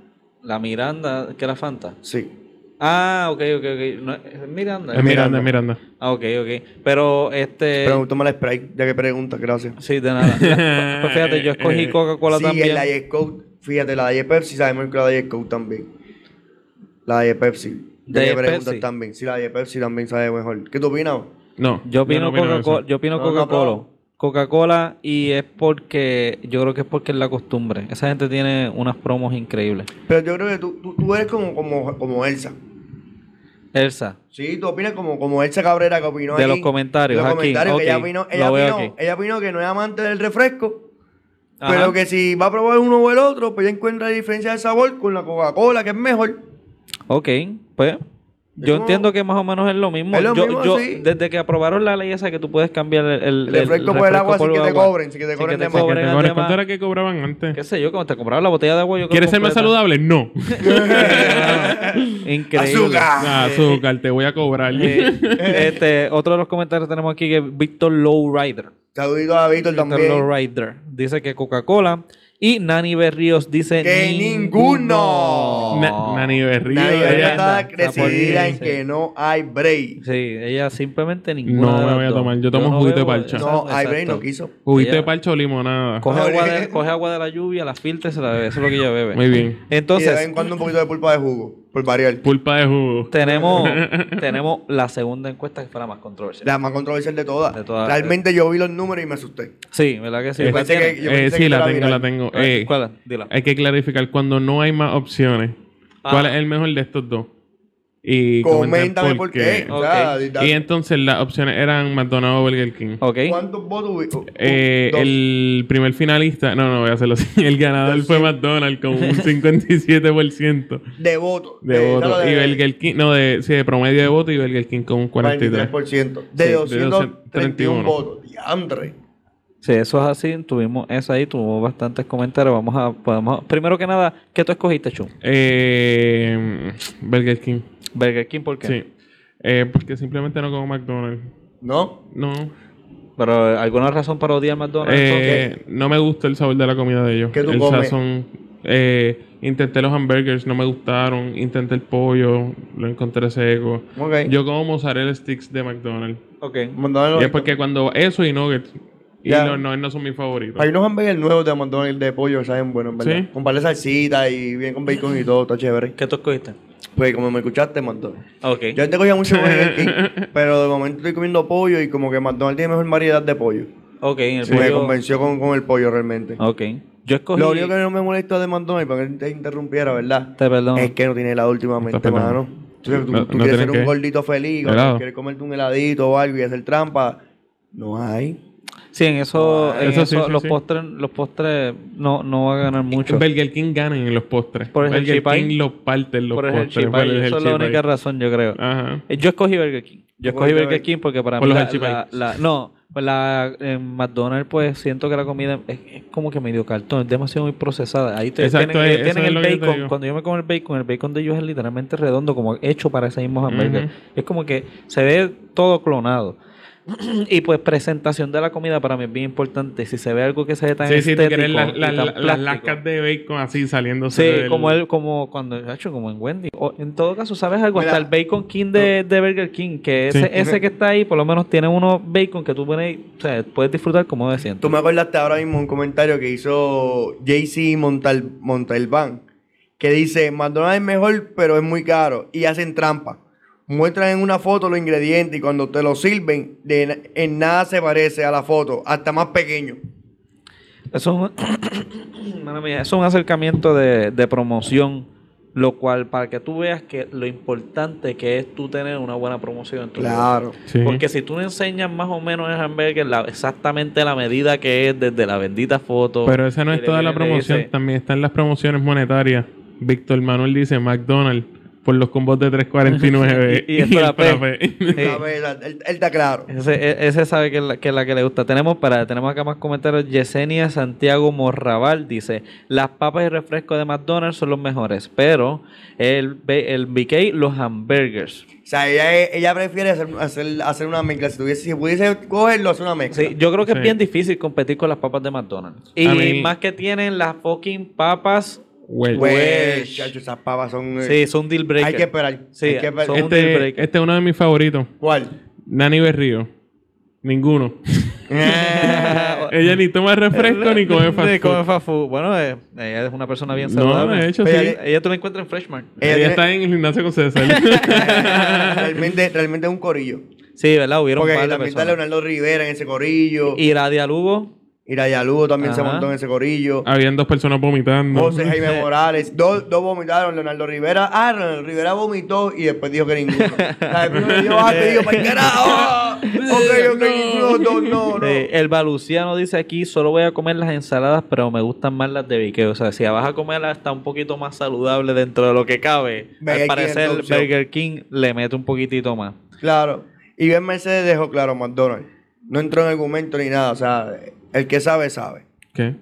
A: La Miranda, que era Fanta.
B: sí.
A: Ah, ok, ok, ok. No, es Miranda.
C: Es Miranda, es Miranda.
A: Ah, ok, ok. Pero este.
B: Pero me gusta más la Sprite, ya que preguntas, gracias.
A: sí, de nada.
B: *laughs*
A: La- pues fíjate, yo escogí Coca-Cola
B: sí,
A: también.
B: en la Diet Coke, fíjate, la Diet Pepsi, sabemos que la Diet Coke también. La Diet Pepsi. Ya
A: Diet
B: que preguntas
A: Pepsi.
B: también. Sí, la Diet Pepsi también sabe mejor. ¿Qué tú opinas?
C: No.
A: Yo opino Coca-Cola. Yo opino
B: No, no,
A: Coca-Cola.
B: no.
A: Coca-Cola y es porque yo creo que es porque es la costumbre. Esa gente tiene unas promos increíbles.
B: Pero yo creo que tú, tú, tú eres como, como, como Elsa.
A: Elsa,
B: Sí, tú opinas como, como Elsa Cabrera que opinó
A: De
B: ahí.
A: los comentarios,
B: De los
A: aquí,
B: comentarios. que
A: ok,
B: ella opinó,
A: lo
B: ella,
A: veo
B: opinó,
A: aquí.
B: ella opinó que no es amante del refresco.
A: Ajá.
B: Pero que si va a probar uno o el otro, pues ya encuentra la diferencia de sabor con la Coca-Cola, que es mejor.
A: Ok, pues yo
B: como-
A: entiendo que más o menos es lo mismo.
B: Es lo
A: yo,
B: mismo,
A: yo-
B: sí.
A: Desde que aprobaron la ley esa que tú puedes cambiar el,
B: El refresco por el agua sin que te cobren, sin que te
A: Sin
B: cobren
A: que
B: de
A: te
B: más.
A: cobren.
C: Porque,
A: el
C: cabrones,
A: tema-
C: ¿Cuánto era que cobraban antes?
A: Qué sé yo, cuando te compraba la botella de agua, yo
C: ¿Quieres ser más
A: completa.
B: *laughs*
C: saludable? No.
A: *laughs* Increíble.
B: Azúcar.
C: Ah, azúcar, te voy a cobrar.
A: Eh, este, otro de los comentarios que tenemos aquí que es Víctor Lowrider.
B: Saludito a Víctor
A: Víctor
B: también.
A: Lowrider dice que Coca-Cola. Y Nani Berríos dice
B: ¡Que ninguno!
C: *laughs* Na- Nani Berrío.
B: Nadie
A: Ella
B: ella
A: anda,
B: está
A: está por
B: decidida
A: ahí,
B: en
A: sí.
B: que no hay break.
A: Sí, ella simplemente ninguna.
C: No
A: de
C: me
A: las
C: voy a
A: dos.
C: tomar, yo tomo juguito de
A: bebo-
C: parcha.
A: Exacto,
B: No, hay break
A: exacto.
B: no quiso.
C: Juguito de
A: Ella-
C: parcho o limonada.
A: Coge agua,
B: *laughs*
A: de, coge agua de la lluvia, la filtra y se la bebe. Eso es lo que ella bebe.
C: Muy bien.
B: y de vez
A: Entonces,
B: en cuando un poquito de pulpa de jugo, por variar.
C: Pulpa de jugo.
A: tenemos,
C: *laughs*
A: tenemos la segunda encuesta que fue la más controversial.
B: La más controversial de todas.
A: De todas. eh.
B: Realmente yo vi los números y me asusté.
A: Sí, ¿verdad que sí?
C: Eh,
A: ¿Cuál
B: pensé
A: tiene?
B: Yo
C: Eh,
B: pensé
C: sí,
B: que
C: la
B: era
C: tengo,
B: viral.
C: la tengo. Eh,
A: ¿Cuál es? Dila.
C: hay que clarificar, cuando no hay más opciones, ¿cuál
A: Ah.
C: es el mejor de estos dos? Y comentan
B: Coméntame por qué. O sea,
A: Ok.
B: di- da-
C: Y entonces las opciones eran McDonald's o Burger King.
A: Ah, Ok.
B: ¿Cuántos votos hubo?
C: Eh,
B: Dos.
C: el primer finalista, no, no voy a hacerlo *laughs* así. El ganador fue McDonald's con
B: *laughs*
C: un 57%
B: De votos.
C: de
B: Eh,
C: votos.
B: no,
C: Y Burger King, no, de, sí, de promedio de votos y Burger King con un 43%.
B: 43%. De
C: Sí, de
B: 231
C: 231.
B: votos. Diantre.
A: Si eso es así, tuvimos esa ahí, tuvimos bastantes comentarios. Vamos a, podemos- primero que nada, ¿qué tú escogiste, Chum?
C: Eh, Burger King,
A: Burger King, ¿por qué?
C: sí. Eh, porque simplemente no como McDonald's.
B: ¿No?
C: No.
A: Pero eh, alguna razón para odiar McDonald's.
C: Eh, No me gusta el sabor de la comida de ellos.
B: ¿Qué tú
C: el
B: comes?
C: sazón. Eh, intenté los hamburgers, no me gustaron. Intenté el pollo, lo encontré seco.
B: Ok.
C: Yo como mozzarella sticks de McDonald's.
A: Ok.
B: McDonald's-
C: Y es porque cuando eso y nuggets. Y
B: Ya.
C: los nuggets no son mis favoritos.
B: Hay unos hamburgues nuevos de McDonald's de pollo que saben buenos, en ¿verdad?
C: Sí.
B: Con par de salsita y bien con bacon y todo, está chévere.
A: ¿Qué tú escogiste?
B: Pues como me escuchaste, McDonald's.
A: Ok.
B: Yo antes cogía mucho Burger King,
C: *laughs*
B: pero de momento estoy comiendo pollo y como que McDonald's tiene mejor variedad de pollo.
A: Ok, en el
B: Sí, me
A: pollo-
B: convenció con, con el pollo realmente.
C: Ah,
A: Ok. Yo escogí.
B: Lo único que no me molesta de McDonald's, para que te interrumpiera, ¿verdad?
A: Te perdono.
C: Eh,
B: Es que no tiene helado últimamente,
C: Está perdón.
B: mano. Tú, tú- tú
C: No- no
B: quieres
C: tienen
B: ser un
C: qué.
B: gordito feliz, o
C: Helado.
B: quieres comerte un heladito o algo y hacer trampa. No hay.
A: Sí, en eso, en
C: Eso
A: eso,
C: sí, sí,
A: los
C: sí.
A: postres, los postres no, no va a ganar mucho.
C: Burger King ganan en los postres.
A: Por el
C: Burger
A: hershey pie.
C: King los parte en los
A: Por el
C: postres.
A: hershey
C: por el
A: pie, Eso es
C: hershey
A: la única
C: pie.
A: razón, yo creo.
C: Ajá.
A: Eh, Yo escogí Burger King. Yo
B: ¿Por
A: escogí
B: qué
A: Burger
B: Burger
A: King porque para
C: Por
A: mí.
C: los
A: La,
C: Hershey
A: la-
C: Pies.
A: la- no, pues la, en McDonald's, pues siento que la comida es, es como que medio cartón, es demasiado muy procesada. Ahí te,
C: Exacto,
A: tienen,
C: es-
A: ellos tienen
C: eso es lo que yo
A: el
C: te
A: bacon.
C: digo.
A: Cuando yo me como el bacon, el bacon de ellos es literalmente redondo, como hecho para ese mismo hamburger.
C: Ujú.
A: Es como que se ve todo clonado. *clears throat* y pues presentación de la comida para mí es bien importante. Si se ve algo que se ve tan
C: Sí, sí, tú
A: estético
C: quieres las
A: y
C: las-
A: tan
C: las
A: plástico.
C: lascas de bacon así saliéndose.
A: Sí,
C: del-
A: como el, como cuando, hecho, como en Wendy. O, en todo caso, ¿sabes algo? Hasta
B: Mira.
A: el Bacon King de, de Burger King, que ese,
C: Sí.
A: ese que está ahí, por lo menos tiene unos bacon que tú pones, y, o sea, puedes disfrutar como de
B: Tú
A: siento.
B: me acordaste ahora mismo un comentario que hizo JC Montal, Montalbán, que dice, McDonald's es mejor, pero es muy caro. Y hacen trampa. Muestran en una foto los ingredientes y cuando te los sirven, de na- en nada se parece a la foto, hasta más pequeño.
A: Eso es un, *coughs* Mala mía, eso es un acercamiento de, de promoción, lo cual para que tú veas que lo importante que es tú tener una buena promoción en tu negocio.
B: Claro.
C: Sí.
A: Porque si tú le enseñas más o menos el hamburger la- exactamente la medida que es desde la bendita foto.
C: Pero esa no
A: y
C: es
A: le
C: toda la
A: viene y le
C: promoción,
A: dice-
C: también están las promociones monetarias. Víctor Manuel dice McDonald's por los combos
A: *laughs*
C: de 3.49
A: Y- y el frappé. *laughs*
C: frappé.
A: Sí.
B: La verdad, Él, él está claro.
A: Ese, e- ese sabe que es, la, que es la que le gusta. Tenemos para tenemos acá más comentarios. Yesenia Santiago Morraval dice: Las papas y refrescos de McDonald's son los mejores, pero el, B- el BK, los hamburgers.
B: O sea, ella, ella prefiere hacer, hacer, hacer una mezcla. Si, tuviese, si pudiese cogerlo, hacer una mezcla.
A: Sí, yo creo que
C: Sí.
A: es bien difícil competir con las papas de McDonald's. Y
C: A mí-
A: más que tienen las fucking papas,
C: Welch.
B: Güey,
A: Güey.
B: Pues, chacho, esas papas son... eh,
A: Pues, sí, son deal breaker.
B: hay que esperar.
A: Sí,
B: hay que
A: son-
B: esperar.
A: un deal breaker.
C: Este, este es uno de mis favoritos.
A: *laughs*
B: ¿Cuál? *laughs*
C: Nani Berrío. Ninguno.
B: Eh,
C: *laughs* Ella ni toma refresco ni come fast
A: Ni
C: food.
A: come fast food. Bueno, eh, ella es una persona bien
C: No,
A: saludable.
C: de hecho, sí.
B: Pero
C: Ella
B: ella-
A: Ella tú la encuentras en Freshmart.
B: tiene-
C: está en el gimnasio con
A: *laughs*
C: César. *laughs*
B: *laughs* realmente, realmente es un corillo.
A: Sí, ¿verdad? Hubieron
B: Porque
A: un par de
B: también está
A: personas.
B: Leonardo Rivera en ese corillo.
A: Iradia Lugo.
B: Iraya Lugo también se
A: Ajá. Ah,
B: montó en ese corillo.
C: Habían dos personas vomitando.
B: José Jaime Morales. Dos, dos vomitaron. Leonardo Rivera. Ah, Leonardo Rivera vomitó y después dijo que
A: *laughs*
B: ninguno. O sea, Primero dijo, ah, te digo, para el carajo. Ok, ok, no,
A: *laughs*
B: no, no. no.
A: Eh, el Baluciano dice aquí, solo voy a comer las ensaladas, pero me gustan más las de Viqueo. O sea, si vas a comerlas, está un poquito más saludable dentro de lo que cabe. Al
B: Burger King es
A: parecer,
B: la opción.
A: Burger King le mete un poquitito más.
B: Claro. Y Ben Mercedes dejó claro McDonald's. No entró en argumento ni nada. O sea, el que sabe, sabe.
C: ¿Qué?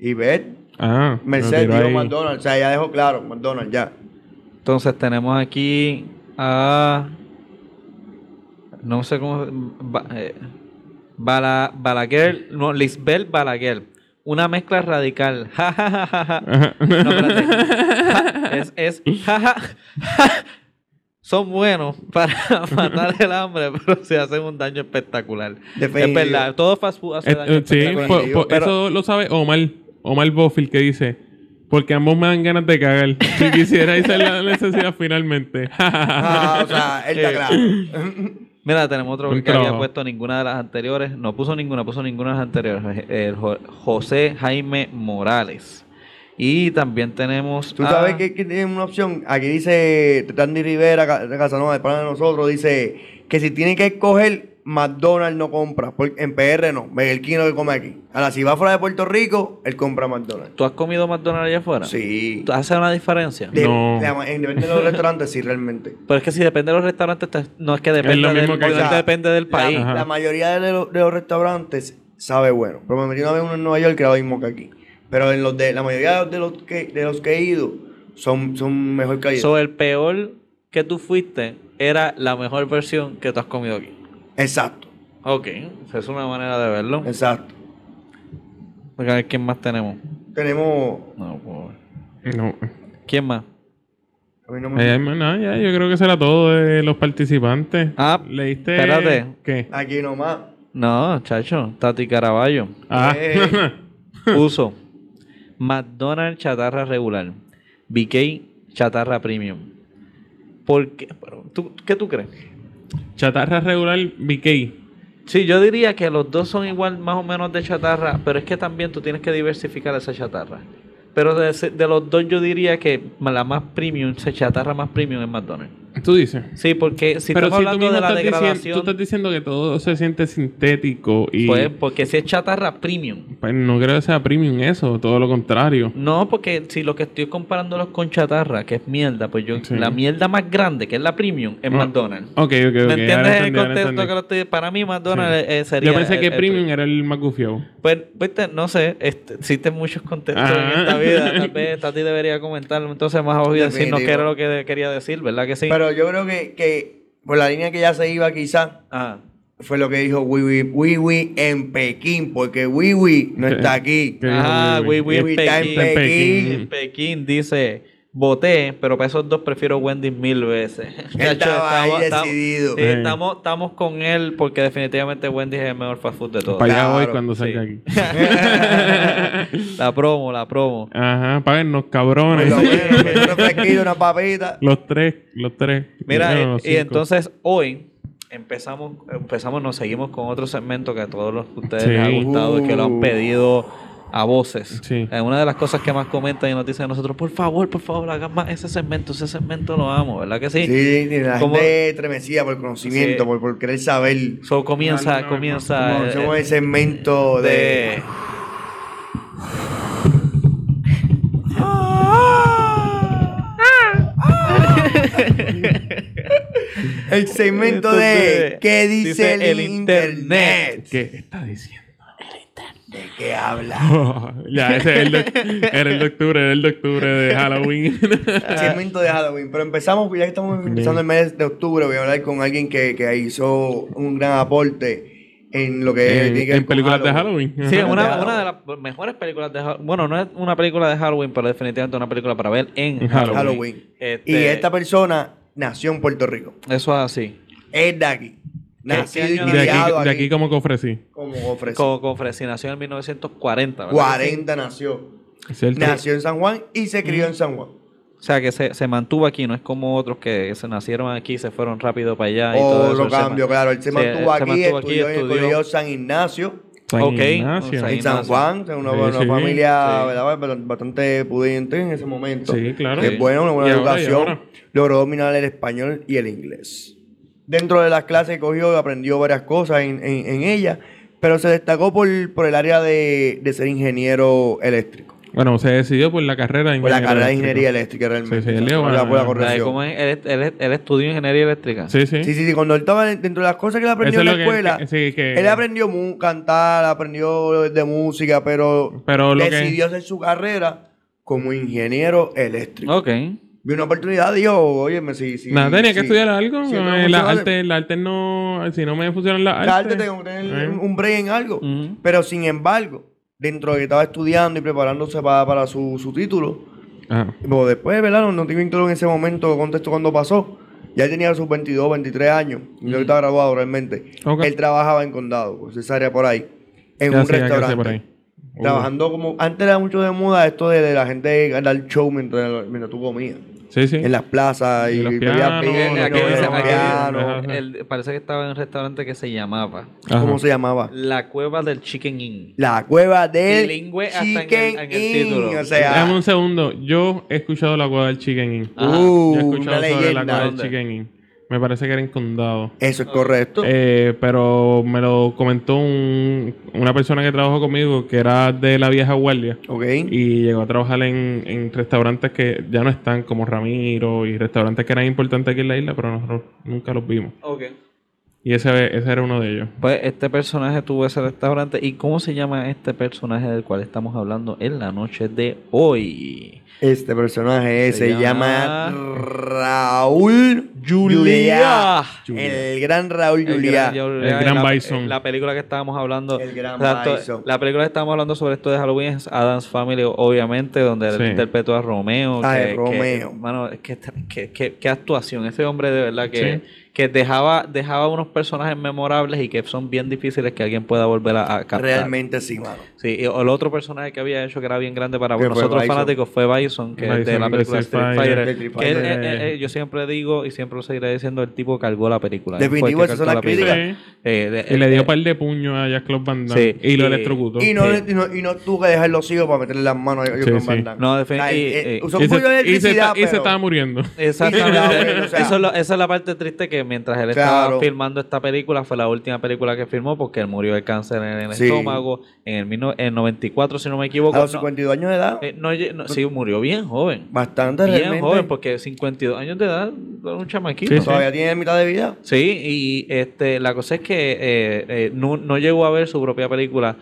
B: Y Ben
C: Ah. me
B: Mercedes
C: tiró
B: dijo
C: ahí.
B: McDonald's. O sea, ya dejó claro McDonald's, ya.
A: Entonces tenemos aquí a... No sé cómo... Ba- eh, Bala- Balaguer, no, Lisbeth Balaguer. Una mezcla radical. *laughs* Ja, ja, ja, ja, ja.
C: Ajá.
A: No, espérate. Ja, es, es, ja, ja, ja. Son buenos para *laughs* matar el hambre, pero se hacen un daño espectacular. Es
B: Definitivo.
A: verdad, todo fast food hace
C: Eh,
A: daño.
C: eh, sí,
A: espectacular.
C: po- po-
A: Pero-
C: eso lo sabe Omar. Omar Bofill que dice... Porque ambos me dan ganas de cagar.
A: *laughs*
C: Si quisiera hice la necesidad finalmente. *laughs*
B: Ah, o sea, él está claro.
A: Mira, tenemos otro
C: Un
A: que había
C: trabajo.
A: puesto ninguna de las anteriores. No puso ninguna, puso ninguna de las anteriores. Eh, El Jo- José Jaime Morales. Y también tenemos.
B: Tú
A: a-
B: sabes que, que tienen una opción. Aquí dice Randy Rivera, Ca- Casanova, el pana de nosotros, dice que si tienen que escoger, McDonald's no compra. Por- en PR no. Burger King es lo que come aquí. Ahora, si va fuera de Puerto Rico, él compra McDonald's.
A: ¿Tú has comido McDonald's allá afuera?
B: Sí.
A: ¿Hace una diferencia?
B: De-
C: No.
B: la ma- en- depende de los restaurantes, sí, realmente.
A: Pero es que si depende de los restaurantes, te- no es que dependa
C: lo
A: del,
C: mismo que
A: no es
B: acá.
A: que depende del
B: La,
A: país.
C: Ajá.
B: la mayoría de, los- de los restaurantes sabe bueno. Pero me metí una vez uno en Nueva York que era lo mismo que aquí. Pero en los de, la mayoría de los que, de los que he ido son, son mejor calidad.
A: So, el peor que tú fuiste era la mejor versión que tú has comido aquí.
B: exacto,
A: Ok, esa es una manera de verlo.
B: exacto.
A: A ver quién más tenemos.
B: Tenemos.
A: No, por-
C: no.
A: ¿Quién más?
B: A mí no me-
C: Eh, no, ya, yo creo que será todo de los participantes.
A: Ah,
C: ¿Leíste?
A: espérate.
C: ¿Qué?
B: Aquí nomás.
A: No, chacho, Tati Caraballo.
C: Ah. *laughs*
B: Eh.
A: Uso. McDonald's chatarra regular. BK chatarra premium. ¿Por qué? Pero, ¿tú- ¿Qué tú crees?
C: Chatarra regular BK.
A: Sí, yo diría que los dos son igual más o menos de chatarra, pero es que también tú tienes que diversificar esa chatarra. Pero de, ese- de los dos yo diría que la más premium, esa chatarra más premium es McDonald's.
C: Tú dices.
A: Sí, porque si
C: Pero
A: estamos
C: si tú
A: hablando
C: mismo
A: de la
C: estás diciendo, tú
A: degradación,
C: estás diciendo que todo se siente sintético y
A: pues
C: pues,
A: porque si es chatarra premium.
C: no creo que sea premium eso, todo lo contrario.
A: No, porque si lo que estoy comparándolos con chatarra, que es mierda, pues yo
C: Sí.
A: la mierda más grande, que es la premium, es
C: Ah,
A: McDonald's.
C: Ok, ok, ok.
A: ¿Me
C: ahora
A: entiendes el
C: entendí, ahora
A: contexto
C: entendí.
A: que lo estoy? Para mí McDonald's eh, sería
C: Yo pensé
A: el-
C: que
A: el
C: premium era el más gufiado.
A: Pues, viste, no sé, este, existen muchos contextos en
C: Ajá.
A: esta vida.
C: *laughs*
A: Tal vez Tati debería comentarlo entonces más abajo y decirnos qué
B: Definitivo.
A: era lo que de- quería decir, ¿verdad que sí?
B: Pero yo creo que, que por la línea que ya se iba quizá
A: Ajá.
B: fue lo que dijo Wiwi Wiwi en Pekín, porque Wiwi no
C: Ok.
B: está aquí.
C: ¿Qué dijo
A: Ah,
C: Wiwi?
A: Wiwi en
B: Wiwi está en
A: Pekín.
C: Pekín.
A: En Pekín dice, voté, pero para esos dos prefiero Wendy mil veces. *laughs* Chacho,
B: estaba ahí
A: estamos-
B: decidido.
A: sí, estamos, estamos con él porque definitivamente Wendy es el mejor fast food de todos.
C: Para allá voy
B: Claro,
C: cuando
A: Oh, sí.
C: salga aquí.
A: *laughs* La promo, la promo.
C: Ajá,
A: *laughs*
C: páguennos
B: Por
C: cabrones.
B: lo menos, que un refresquito, una papita.
C: Los tres, los tres.
A: Mira,
C: Bueno,
A: eh,
C: los
A: y
C: cinco.
A: entonces hoy empezamos, empezamos, nos seguimos con otro segmento que a todos los que ustedes
C: Sí.
A: les ha gustado y que lo han
B: Uh.
A: pedido a voces.
C: Sí.
A: Eh, una de las cosas que más comentan y nos dicen a nosotros, por favor, por favor, hagan más ese segmento, ese segmento lo amo, ¿verdad que sí?
B: Sí, sí, la
A: ¿Cómo?
B: gente estremecida por el conocimiento,
A: Sí.
B: por, por querer saber.
A: So comienza,
C: No, no, no,
A: comienza.
B: Como
A: eh,
B: somos el segmento de...
A: de-
B: El
A: *laughs*
B: segmento de...
A: Entonces,
B: ¿Qué dice, el internet?
C: ¿Qué está diciendo? *laughs*
B: ¿De qué habla?
C: ya, ese es el de- era el de octubre, era el de octubre
A: *laughs*
C: de Halloween.
A: Ah.
B: segmento de Halloween. Pero empezamos, ya que estamos empezando el mes de octubre, voy a hablar con alguien que, que hizo un gran aporte en lo que
A: Eh,
C: *laughs* en,
B: tiene que ver
C: Eh, en
B: con
C: películas de Halloween.
A: Sí,
C: Ajá.
A: es una,
B: Halloween.
A: una de las mejores películas de Halloween. Bueno, no es una película de Halloween, pero definitivamente una película para ver en
C: En
A: Halloween.
C: Halloween.
B: Halloween.
A: Este,
B: Y esta persona nació en Puerto Rico.
A: Eso es así.
B: Es de aquí. Nacido y
A: Este año
C: de,
B: criado
C: aquí,
B: aquí,
C: de aquí como que ofrecí.
B: como ofrece.
A: Con, con Fresinación en 1940. ¿verdad?
B: 40 nació.
C: ¿Cierto?
B: Nació en San Juan y se crió en San Juan.
A: O sea, que se, se mantuvo aquí, no es como otros que se nacieron aquí y se
C: Oh,
A: fueron rápido para allá. y todo eso, se
B: Otro
A: man-
B: cambio, Oh, claro. Él se
A: sí,
B: mantuvo
A: se
B: aquí,
A: mantuvo aquí,
B: estudió en el
A: estudió.
B: Colegio San Ignacio.
C: San
A: Ok. O
C: Ignacio.
A: sea,
B: En San
A: Ignacio.
B: Juan, es una,
C: Sí,
B: una
C: sí,
B: familia
A: sí.
B: ¿verdad? Ba- bastante pudiente en ese momento.
C: Sí, claro.
B: Es bueno, una buena
C: Y ahora, y
B: educación.
C: ahora.
B: Logró dominar el español y el inglés. Dentro de las clases que cogió, aprendió varias cosas en, en, en ella, pero se destacó por, por el área de, de ser ingeniero eléctrico.
C: Bueno, se decidió por la carrera de
B: Por la
C: ingeniero
B: carrera de
C: eléctrico.
B: ingeniería eléctrica realmente.
C: Sí, sí, él le
B: por
C: va-
B: la, por la
C: la de
A: ¿Sabes
B: corrección.
A: cómo es? Él, él- él estudió ingeniería eléctrica.
C: Sí, sí.
B: Sí, sí, sí. Cuando él estaba dentro de las cosas que él aprendió
C: Eso es
B: en
C: lo
B: la
C: que-
B: escuela,
C: que- sí, que-
B: él aprendió mu- cantar, aprendió de música, pero,
C: Pero lo que-
B: decidió hacer su carrera como ingeniero eléctrico.
A: Ok.
B: Vi una oportunidad, dijo, oye, si... si
C: Nada, tenía
B: si-
C: que estudiar algo.
B: si esto
C: eh,
B: no
C: las
B: funciona,
C: artes, las artes no. Si no me funcionan las
B: las artes
C: artes.
B: tengo que tener
C: Eh.
B: un- un break en algo.
A: Ujú.
B: Pero sin embargo, dentro de que estaba estudiando y preparándose para, para su, su título,
C: Ajro
B: Pero después, ¿verdad? No, no tengo bien claro en ese momento contexto cuando pasó. Ya él tenía sus 22, 23 años. Yo estaba graduado realmente.
C: Mm. Ok.
B: Él trabajaba en condado, pues esa área por ahí. En un restaurante. Trabajando como... Antes era mucho de moda esto de, de la gente ganar show mientras, mientras tú comías.
C: Sí, sí.
B: En las plazas y,
C: Y los
B: bebías
C: pianos,
B: vino,
A: Aquí
C: no,
A: dice-
B: los
C: no,
A: aquí
B: pianos.
C: no,
A: dice-
C: no.
A: él- parece que estaba en un restaurante que se llamaba
C: Ajá.
B: ¿Cómo se llamaba?
A: La Cueva del Chicken Inn.
B: La cueva del
A: Bilingüe hasta en el-
B: Chicken
A: en el
B: Inn.
A: título.
B: O sea,
C: Dame un segundo. Yo he escuchado la cueva del Chicken Inn.
A: Ajá.
B: uh,
C: Yo he
B: una
C: escuchado sobre la cueva
B: leyenda.
C: del Chicken Inn. Me parece que era en condado.
B: Eso es correcto.
C: Eh, pero me lo comentó un- una persona que trabajó conmigo que era de la vieja guardia
B: ok.
C: y llegó a trabajar en, en restaurantes que ya no están como Ramiro y restaurantes que eran importantes aquí en la isla pero nosotros nunca los vimos y ese, ese era uno de ellos
A: Pues este personaje tuvo ese restaurante. ¿Y cómo se llama este personaje del cual estamos hablando en la noche de hoy?
B: Este personaje
A: Se
B: se,
A: llama-
B: llama... Raúl Julia.
C: Julia.
B: El gran Raúl
A: El
B: Julia.
A: gran Julia
C: El
A: y
C: gran
A: la- eh,
C: Bison.
A: La película que estábamos hablando.
B: El gran
A: Exacto,
B: Bison.
A: La película que estábamos hablando sobre esto de Halloween es Adam's Family, obviamente, donde
C: Sí.
A: él interpretó a Romeo.
B: Ay,
A: que,
B: Ah, Romeo.
A: Que, mano, es que, que- que- qué actuación. Ese hombre de verdad que, que dejaba, dejaba unos personajes memorables y que son bien difíciles que alguien pueda volver a, a captar.
B: Realmente sí, mano.
A: Sí, y el otro personaje que había hecho que era bien grande para
B: Que fue
A: nosotros
B: Bison.
A: fanáticos fue Bison, que es de
C: Bison
A: la
C: de
A: película
C: Street
A: Street
C: Fighter.
A: Fighter.
B: De Street
A: que él,
C: Fighter.
A: eh, eh, yo siempre digo y siempre lo seguiré diciendo, el tipo cargó la película. Él fue el
B: Definitivo,
A: que
B: esas son
A: cargó
B: las
A: la película.
C: críticas.
A: Eh, de-
C: y le dio
A: eh,
C: un par de puños a Jacques Claude Van Damme
A: Sí.
C: y lo
A: Y-
C: electrocutó
B: Y no,
A: Sí.
B: y, no, y no tuvo que dejar los hijos para meterle las manos a ellos
C: Sí,
B: con
C: sí.
B: Van Damme.
A: No, defi- y-
B: eh,
A: y-
B: usó
C: y
B: un
C: se,
B: puño de
C: y se
B: electricidad,
C: está- y se
B: pero-
C: estaba muriendo
A: *laughs* Exactamente.
B: o sea.
A: Eso es lo- esa es la parte triste que mientras él estaba
B: Claro.
A: filmando esta película, fue la última película que filmó porque él murió de cáncer en el
B: Sí.
A: estómago en el mil no- en 94, si no me equivoco.
B: A los
A: No,
B: 52 años de edad,
A: eh, no lle- no, sí, murió bien joven.
B: bastante
A: Bien
B: realmente.
A: joven, porque 52 años de edad, era un chamaquito.
C: Sí, sí.
B: Todavía tiene mitad de vida.
A: Sí, y este, la cosa es que eh, eh, no, no llegó a ver su propia película.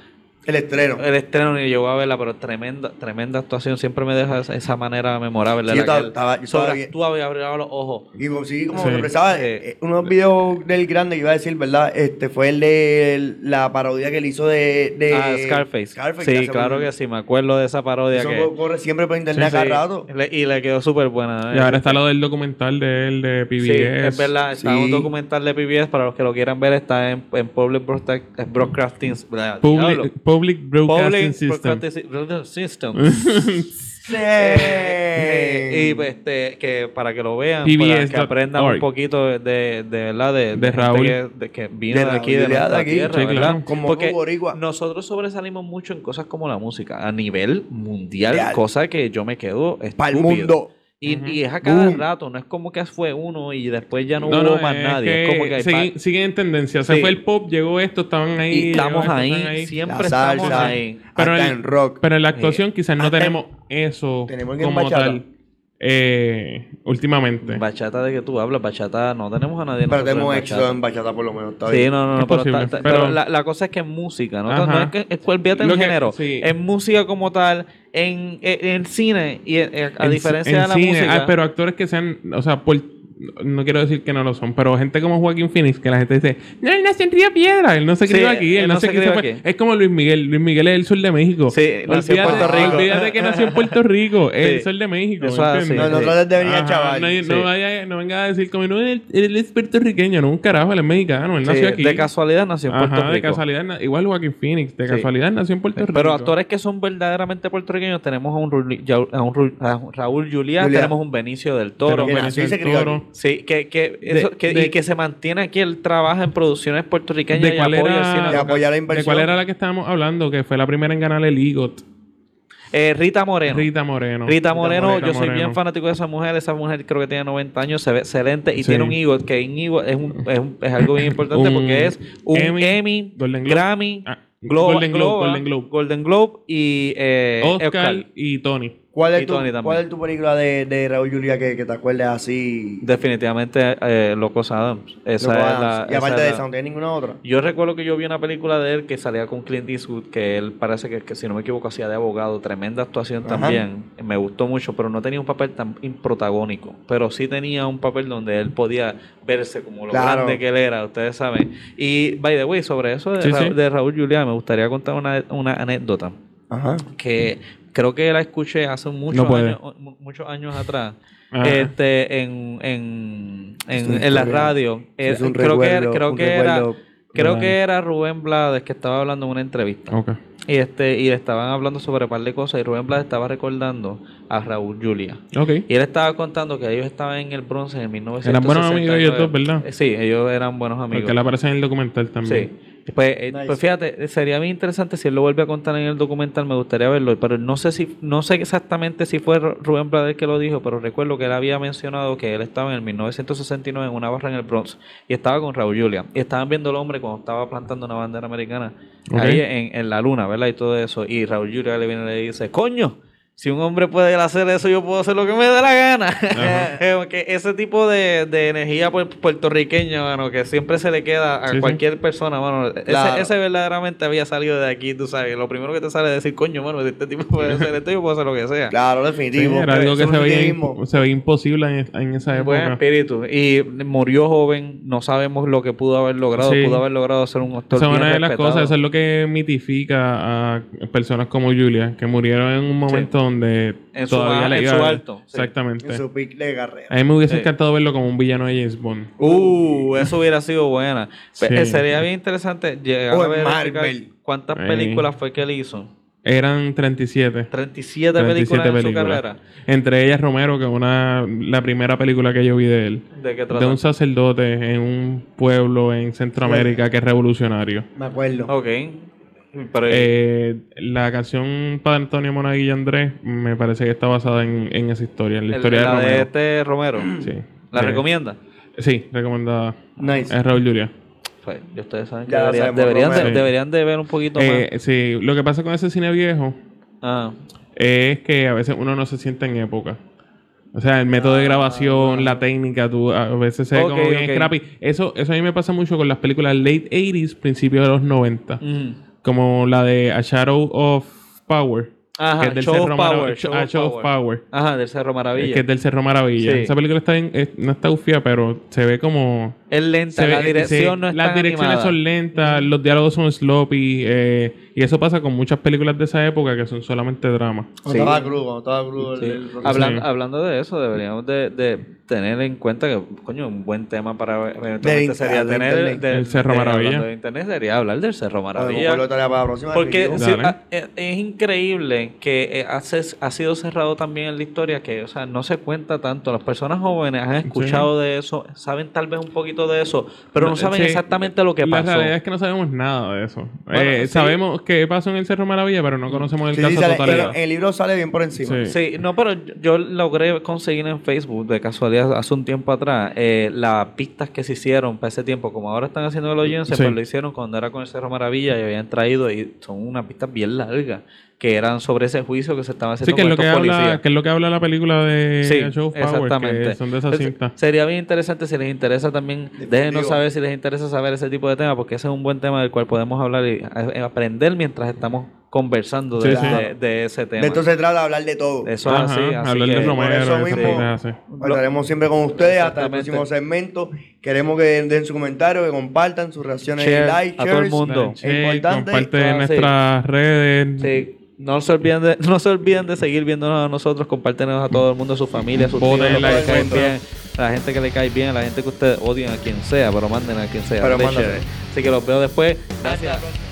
B: El estreno.
A: El estreno ni llegó a verla, pero tremenda, tremenda actuación. Siempre me deja esa- esa manera memorable. en
B: Sí, yo
A: la
B: estaba-
A: que él
B: estaba- yo estaba bien.
A: sobreactuaba y abría los ojos.
B: Y como- sí, como
C: Sí.
B: expresaba,
A: Sí.
B: eh, unos videos del grande que iba a decir, ¿verdad? Este fue el de la parodia que él hizo de, de
A: ah, Scarface. sí, claro que sí, me acuerdo de esa parodia
B: Eso
A: que... Eh,
B: co- corre siempre por internet
C: Sí, sí.
B: cada rato.
A: Le- y le quedó súper buena.
C: y
A: eh.
C: ahora está lo del documental de él de PBS
A: Sí, es verdad, está
B: Sí.
A: un documental de PBS, para los que lo quieran ver, está en, en Public Broadcast- Broadcasting... Diablo.
C: Public, Public Broadcasting
A: Public
C: System
A: Broadcasting System.
C: *laughs*
A: Eh,
B: Sí.
A: y pues, este, que para que lo vean, para
C: PBS
A: que aprendan un
C: org.
A: poquito de, de, verdad de,
C: De
A: de gente
C: Raúl.
A: que, de- que vino
B: De
A: de
B: Raúl
A: aquí, de
B: Juliá,
A: nuestra
B: de aquí.
A: tierra,
C: Sí,
A: ¿verdad?
C: claro.
B: Como
A: Porque
B: tú, boricua.
A: nosotros sobresalimos mucho en cosas como la música, a nivel mundial,
B: Real.
A: cosa que yo me quedo estúpido.
B: Para el mundo.
A: Y,
C: Ujú.
A: y es a cada
B: Boom.
A: rato, no es como que fue uno y después ya no,
C: No,
A: hubo
C: no,
A: más
C: es
A: nadie.
C: que
A: es como que hay
C: siguen,
A: pa-
C: siguen en tendencia. Se
A: Sí.
C: fue el pop, llegó esto, estaban ahí.
A: y estamos
C: llegó esto,
A: ahí,
C: estaban
A: siempre
B: La salsa.
A: estamos ahí.
C: Pero
B: hasta
C: el-
B: en rock.
C: Pero en
A: Eh,
C: la actuación quizás no
A: ah,
B: hasta-
C: tenemos eso
B: tenemos que en
C: como
B: bachata.
C: tal eh, últimamente.
A: Bachata de que tú hablas, bachata, no tenemos a nadie.
B: Pero
A: nosotros en
B: tenemos éxito
A: bachata.
B: en bachata por lo menos. Está
A: Sí,
B: bien.
A: no, no,
C: Es
A: no, pero,
C: posible,
A: está- está-
C: pero-
A: pero la, la cosa es que en música, ¿no?
C: Ajá.
A: No es que es olvídate en
C: Lo que-
A: género,
C: sí.
A: en música como tal, en, en, en cine y en- en- a diferencia de la música.
C: ah, pero actores que sean, o sea, por- no quiero decir que no lo son, pero gente como Joaquín Phoenix, que la gente dice, no, él nació en Río Piedra, él no se
A: Sí,
C: crió aquí, él, no, se, crió
A: aquí.
C: fue". Es como Luis Miguel, Luis Miguel es el sur de México.
A: Sí, nació en
C: Olvídate-
A: Puerto Rico.
C: Olvídate que nació en Puerto Rico, es el
A: Sí.
C: sur de México.
A: Eso
C: ¿me
A: es así.
C: entiendes?
B: No, no
A: sí.
B: trates de venir a
C: Ajá,
B: chaval.
C: No,
A: sí.
C: no vaya, no venga a decir como no, él, él es puertorriqueño, no un carajo, él es mexicano, él
A: Sí,
C: nació aquí.
A: de casualidad nació en
C: Ajá,
A: Puerto
C: de
A: Rico.
C: casualidad, na- igual Joaquín Phoenix, de
A: Sí.
C: casualidad nació en Puerto Rico.
A: Pero actores que son verdaderamente puertorriqueños, tenemos a un, Ruli- ya- a un Ru- a un Raúl Juliá,
B: Juliá.
A: tenemos un Benicio del Toro.
B: Pero-
C: Benicio
B: así se
C: del
B: crió
C: Toro,
B: aquí.
A: Sí, que, que, eso,
C: De-
A: que-
C: de-
A: y que se mantiene aquí el trabajo en producciones puertorriqueñas
C: ¿De
A: y
C: cuál,
A: apoyo al cine
C: era,
B: Y
A: local.
B: apoyar la
C: ¿De
B: inversión.
C: cuál era la que estábamos hablando? Que fue la primera en ganar el IGOT.
A: Eh, Rita Moreno.
C: Rita Moreno.
A: Rita Moreno,
C: Moreno,
A: yo soy
C: Moreno.
A: bien fanático de esa mujer. Esa mujer creo que tiene 90 años, se ve excelente y
C: Sí.
A: tiene un Igor, que en Igor es, un- es un- es algo bien importante
C: Un
A: porque es un
C: Emmy,
A: Emmy,
C: Golden Globe.
A: Grammy,
C: Ah,
A: Globo-
C: Golden Globe,
A: Globa,
C: Golden Globe.
A: Golden Globe y eh,
C: Oscar,
A: Oscar.
C: y Tony.
B: ¿Cuál
A: Y
B: es, tu,
A: Tony también.
B: ¿Cuál es tu película de, de Raúl Julia que, que te acuerdes así?
A: Definitivamente eh, Locos Adams. Esa
B: Loco
A: es
B: Adams?
A: la-
B: y
A: esa
B: aparte
A: es
B: de
A: la-
B: esa, no tienes ninguna otra.
A: Yo recuerdo que yo vi una película de él que salía con Clint Eastwood, que él parece que, que, si no me equivoco, hacía de abogado. Tremenda actuación
B: Ajá.
A: también. Me gustó mucho, pero no tenía un papel tan protagónico. Pero sí tenía un papel donde él podía verse como lo
B: Claro.
A: grande que él era, ustedes saben. Y, by the way, sobre eso de,
C: Sí,
A: Ra-
C: sí.
A: de Raúl Julián, me gustaría contar una, una anécdota
B: Ajá.
A: que creo que la escuché hace muchos,
C: No puede.
A: años, mu- muchos años atrás
C: Ah.
A: este, en, en, en-
B: Es una
A: en la
B: historia.
A: radio. Eh,
B: Es un
A: creo que,
B: recuerdo-
A: creo
B: un
A: que era
B: recuerdo
A: creo
C: Blades.
A: que era Rubén Blades que estaba hablando en una entrevista.
C: Ok.
A: Y este y le estaban hablando sobre un par de cosas y Rubén Blades estaba recordando a Raúl Julia.
C: Ok.
A: Y él estaba contando que ellos estaban en el Bronx en el 1969.
C: Eran buenos amigos ellos dos, ¿verdad?
A: Eh, Sí, ellos eran buenos amigos.
C: Porque la aparece en el documental también.
A: Sí. Pues, eh,
B: Nice.
A: pues fíjate, eh, sería bien interesante si él lo vuelve a contar en el documental, me gustaría verlo, pero no sé si no sé exactamente si fue Ru- Rubén Blades que lo dijo, pero recuerdo que él había mencionado que él estaba en el 1969 en una barra en el Bronx y estaba con Raúl Julia y estaban viendo al hombre cuando estaba plantando una bandera americana
C: Ok.
A: ahí en, en la luna, ¿verdad? Y todo eso y Raúl Julia le viene y le dice, "Coño, si un hombre puede hacer eso, yo puedo hacer lo que me dé la *laughs* gana. Eh, que ese tipo de, de energía pu- puertorriqueña, mano, que siempre se le queda a
C: Sí, sí.
A: cualquier persona, mano. Ese,
B: Claro.
A: ese verdaderamente había salido de aquí, tú sabes. Lo primero que te sale es decir, coño, mano, este tipo puede hacer esto, yo puedo hacer lo que sea.
B: Claro,
C: Sí,
B: definitivo.
C: era algo que
B: Eso
C: se
B: es
C: veía,
B: definitivo.
C: imp- se veía imposible en, en esa
A: Buen
C: época.
A: espíritu. Y murió joven, no sabemos lo que pudo haber logrado.
C: Sí.
A: Pudo haber logrado ser un actor.
C: Esa es
A: bien
C: una de las
A: respetado.
C: cosas, eso es lo que mitifica a personas como Julia, que murieron en un momento donde
A: En su
C: todavía
A: ba-
C: le
A: en
C: iba
A: su
C: a-
A: alto, sí.
C: Exactamente.
B: En su pick de carrera.
C: A mí me hubiese
A: Sí.
C: encantado verlo como un villano de James Bond.
A: Uh, eso hubiera sido buena. Pe-
C: Sí.
A: eh, Sería bien interesante llegar
B: O
A: a
B: en
A: ver
B: Marvel.
A: cuántas
C: Sí.
A: películas fue que él hizo.
C: Eran 37.
A: 37,
C: 37
A: películas en su
C: películas.
A: carrera.
C: Entre ellas Romero, que es una, la primera película que yo vi de él.
A: ¿De qué
C: De
A: trata?
C: un sacerdote en un pueblo en Centroamérica que es revolucionario.
A: Eh,
B: Me acuerdo.
A: Ok. Pero,
C: Eh, la canción para Antonio Monaguillo Andrés me parece que está basada en, en esa historia, en la
A: el-
C: historia
A: la
C: de Romero.
A: este Romero.
C: Sí.
A: ¿La
C: De-
A: recomienda?
C: Sí, recomendada.
B: Nice.
C: Es Raúl Julia.
A: Pues, ya ustedes saben que
B: Ya
A: deberían,
B: sabemos,
A: deberían de,
B: Romero.
A: deberían de ver un poquito
C: Eh, sí, lo que pasa con ese cine viejo
A: más. Ah,
C: es que a veces uno no se siente en época. O sea, el método de grabación, la técnica, tú a veces se ve como
A: Ah. Ok,
C: bien
A: ok.
C: scrappy. Eso, eso a mí me pasa mucho con las películas late 80s, principios de los 90.
A: mm.
C: Como la de A Shadow of Power.
A: Ajá,
C: que es del
A: Show of
C: Cerro Marav-
A: Power,
C: Sh-
A: Show
C: A
A: of
C: Show of
A: Power.
C: Power.
A: Ajá, del Cerro Maravilla.
C: Que es del Cerro Maravilla.
A: Sí.
C: Esa película está en- es- no está ufía, pero se ve como...
A: es lenta,
C: Se
A: la
C: ve- eh,
A: dirección
C: se-
A: no está
C: Las direcciones
A: animada. Mm.
C: son lentas, los diálogos son sloppy. eh, y eso pasa con muchas películas de esa época que son solamente drama.
B: Cuando estaba crudo, cuando estaba crudo. el-
A: Sí.
B: el- el-
A: Hablan-
C: Sí.
A: Hablando de eso, deberíamos de, de tener en cuenta que, coño, un buen tema para
B: Del
A: eventualmente sería
B: internet.
A: tener el- del-
C: El Cerro
A: de-
C: Maravilla.
A: hablando de internet sería hablar del Cerro
B: Podemos
A: Maravilla.
B: ponerlo tarea para la próxima.
A: Porque
B: review.
A: sí,
C: Dale.
A: a- e- es increíble que eh, hace- ha sido cerrado también en la historia, que o sea, no se cuenta tanto. Las personas jóvenes han escuchado de eso, saben tal vez un poquito de eso, pero no saben
C: Eh, Sí.
A: exactamente lo que
C: La
A: pasó.
C: realidad es que no sabemos nada de eso.
A: Bueno,
C: Eh,
A: sí.
C: Sabemos qué pasó en el Cerro Maravilla, pero no conocemos el
B: Sí, sí,
C: caso
B: sale-
C: totalidad.
B: en el libro sale bien por encima.
C: Sí.
A: Sí, no, pero yo- yo logré conseguir en Facebook, de casualidad, hace un tiempo atrás, eh, las pistas que se hicieron para ese tiempo. Como ahora están haciendo el Oyense,
C: Sí.
A: pues lo hicieron cuando era con el Cerro Maravilla y habían traído, y son unas pistas bien largas, que eran sobre ese juicio que se estaba haciendo
C: Sí, que es,
A: con
C: lo que,
A: estos policías.
C: habla, que es lo que habla la película de
A: Sí,
C: A Show of Power,
A: exactamente.
C: que son de esa
A: Es-
C: cinta.
A: Sería bien interesante si les interesa también, déjenos saber si les interesa saber ese tipo de tema, porque ese es un buen tema del cual podemos hablar y eh, aprender mientras estamos conversando de,
C: Sí, sí.
A: de- de ese tema.
B: De esto se trata hablar de todo.
A: Eso es
C: Ajá,
A: así, así
C: hablar
A: que-
C: de
B: Por
C: Romero,
B: eso
C: esas
B: mismo-
C: pendejas, sí.
B: Estaremos siempre con ustedes hasta el
A: Exactamente.
B: próximo segmento. Queremos que den, den su comentario, que compartan sus reacciones,
A: Share
B: like,
A: a todo el
B: shares.
A: mundo.
C: Dale, che,
B: Importante.
C: comparte
A: Ah, sí.
C: nuestras redes.
A: Sí, no se olviden de, no se olviden de seguir viéndonos a nosotros, compártenos a todo el mundo, a su familia, a sus tíos, los
C: Voten
A: que
C: en la
A: les caen
C: encuesta.
A: bien, a la gente que le cae bien, a la gente que ustedes odian, a quien sea, pero manden a quien sea.
B: Pero
A: dale
B: mándale.
A: share. Así que los veo después. Gracias.
B: Hasta-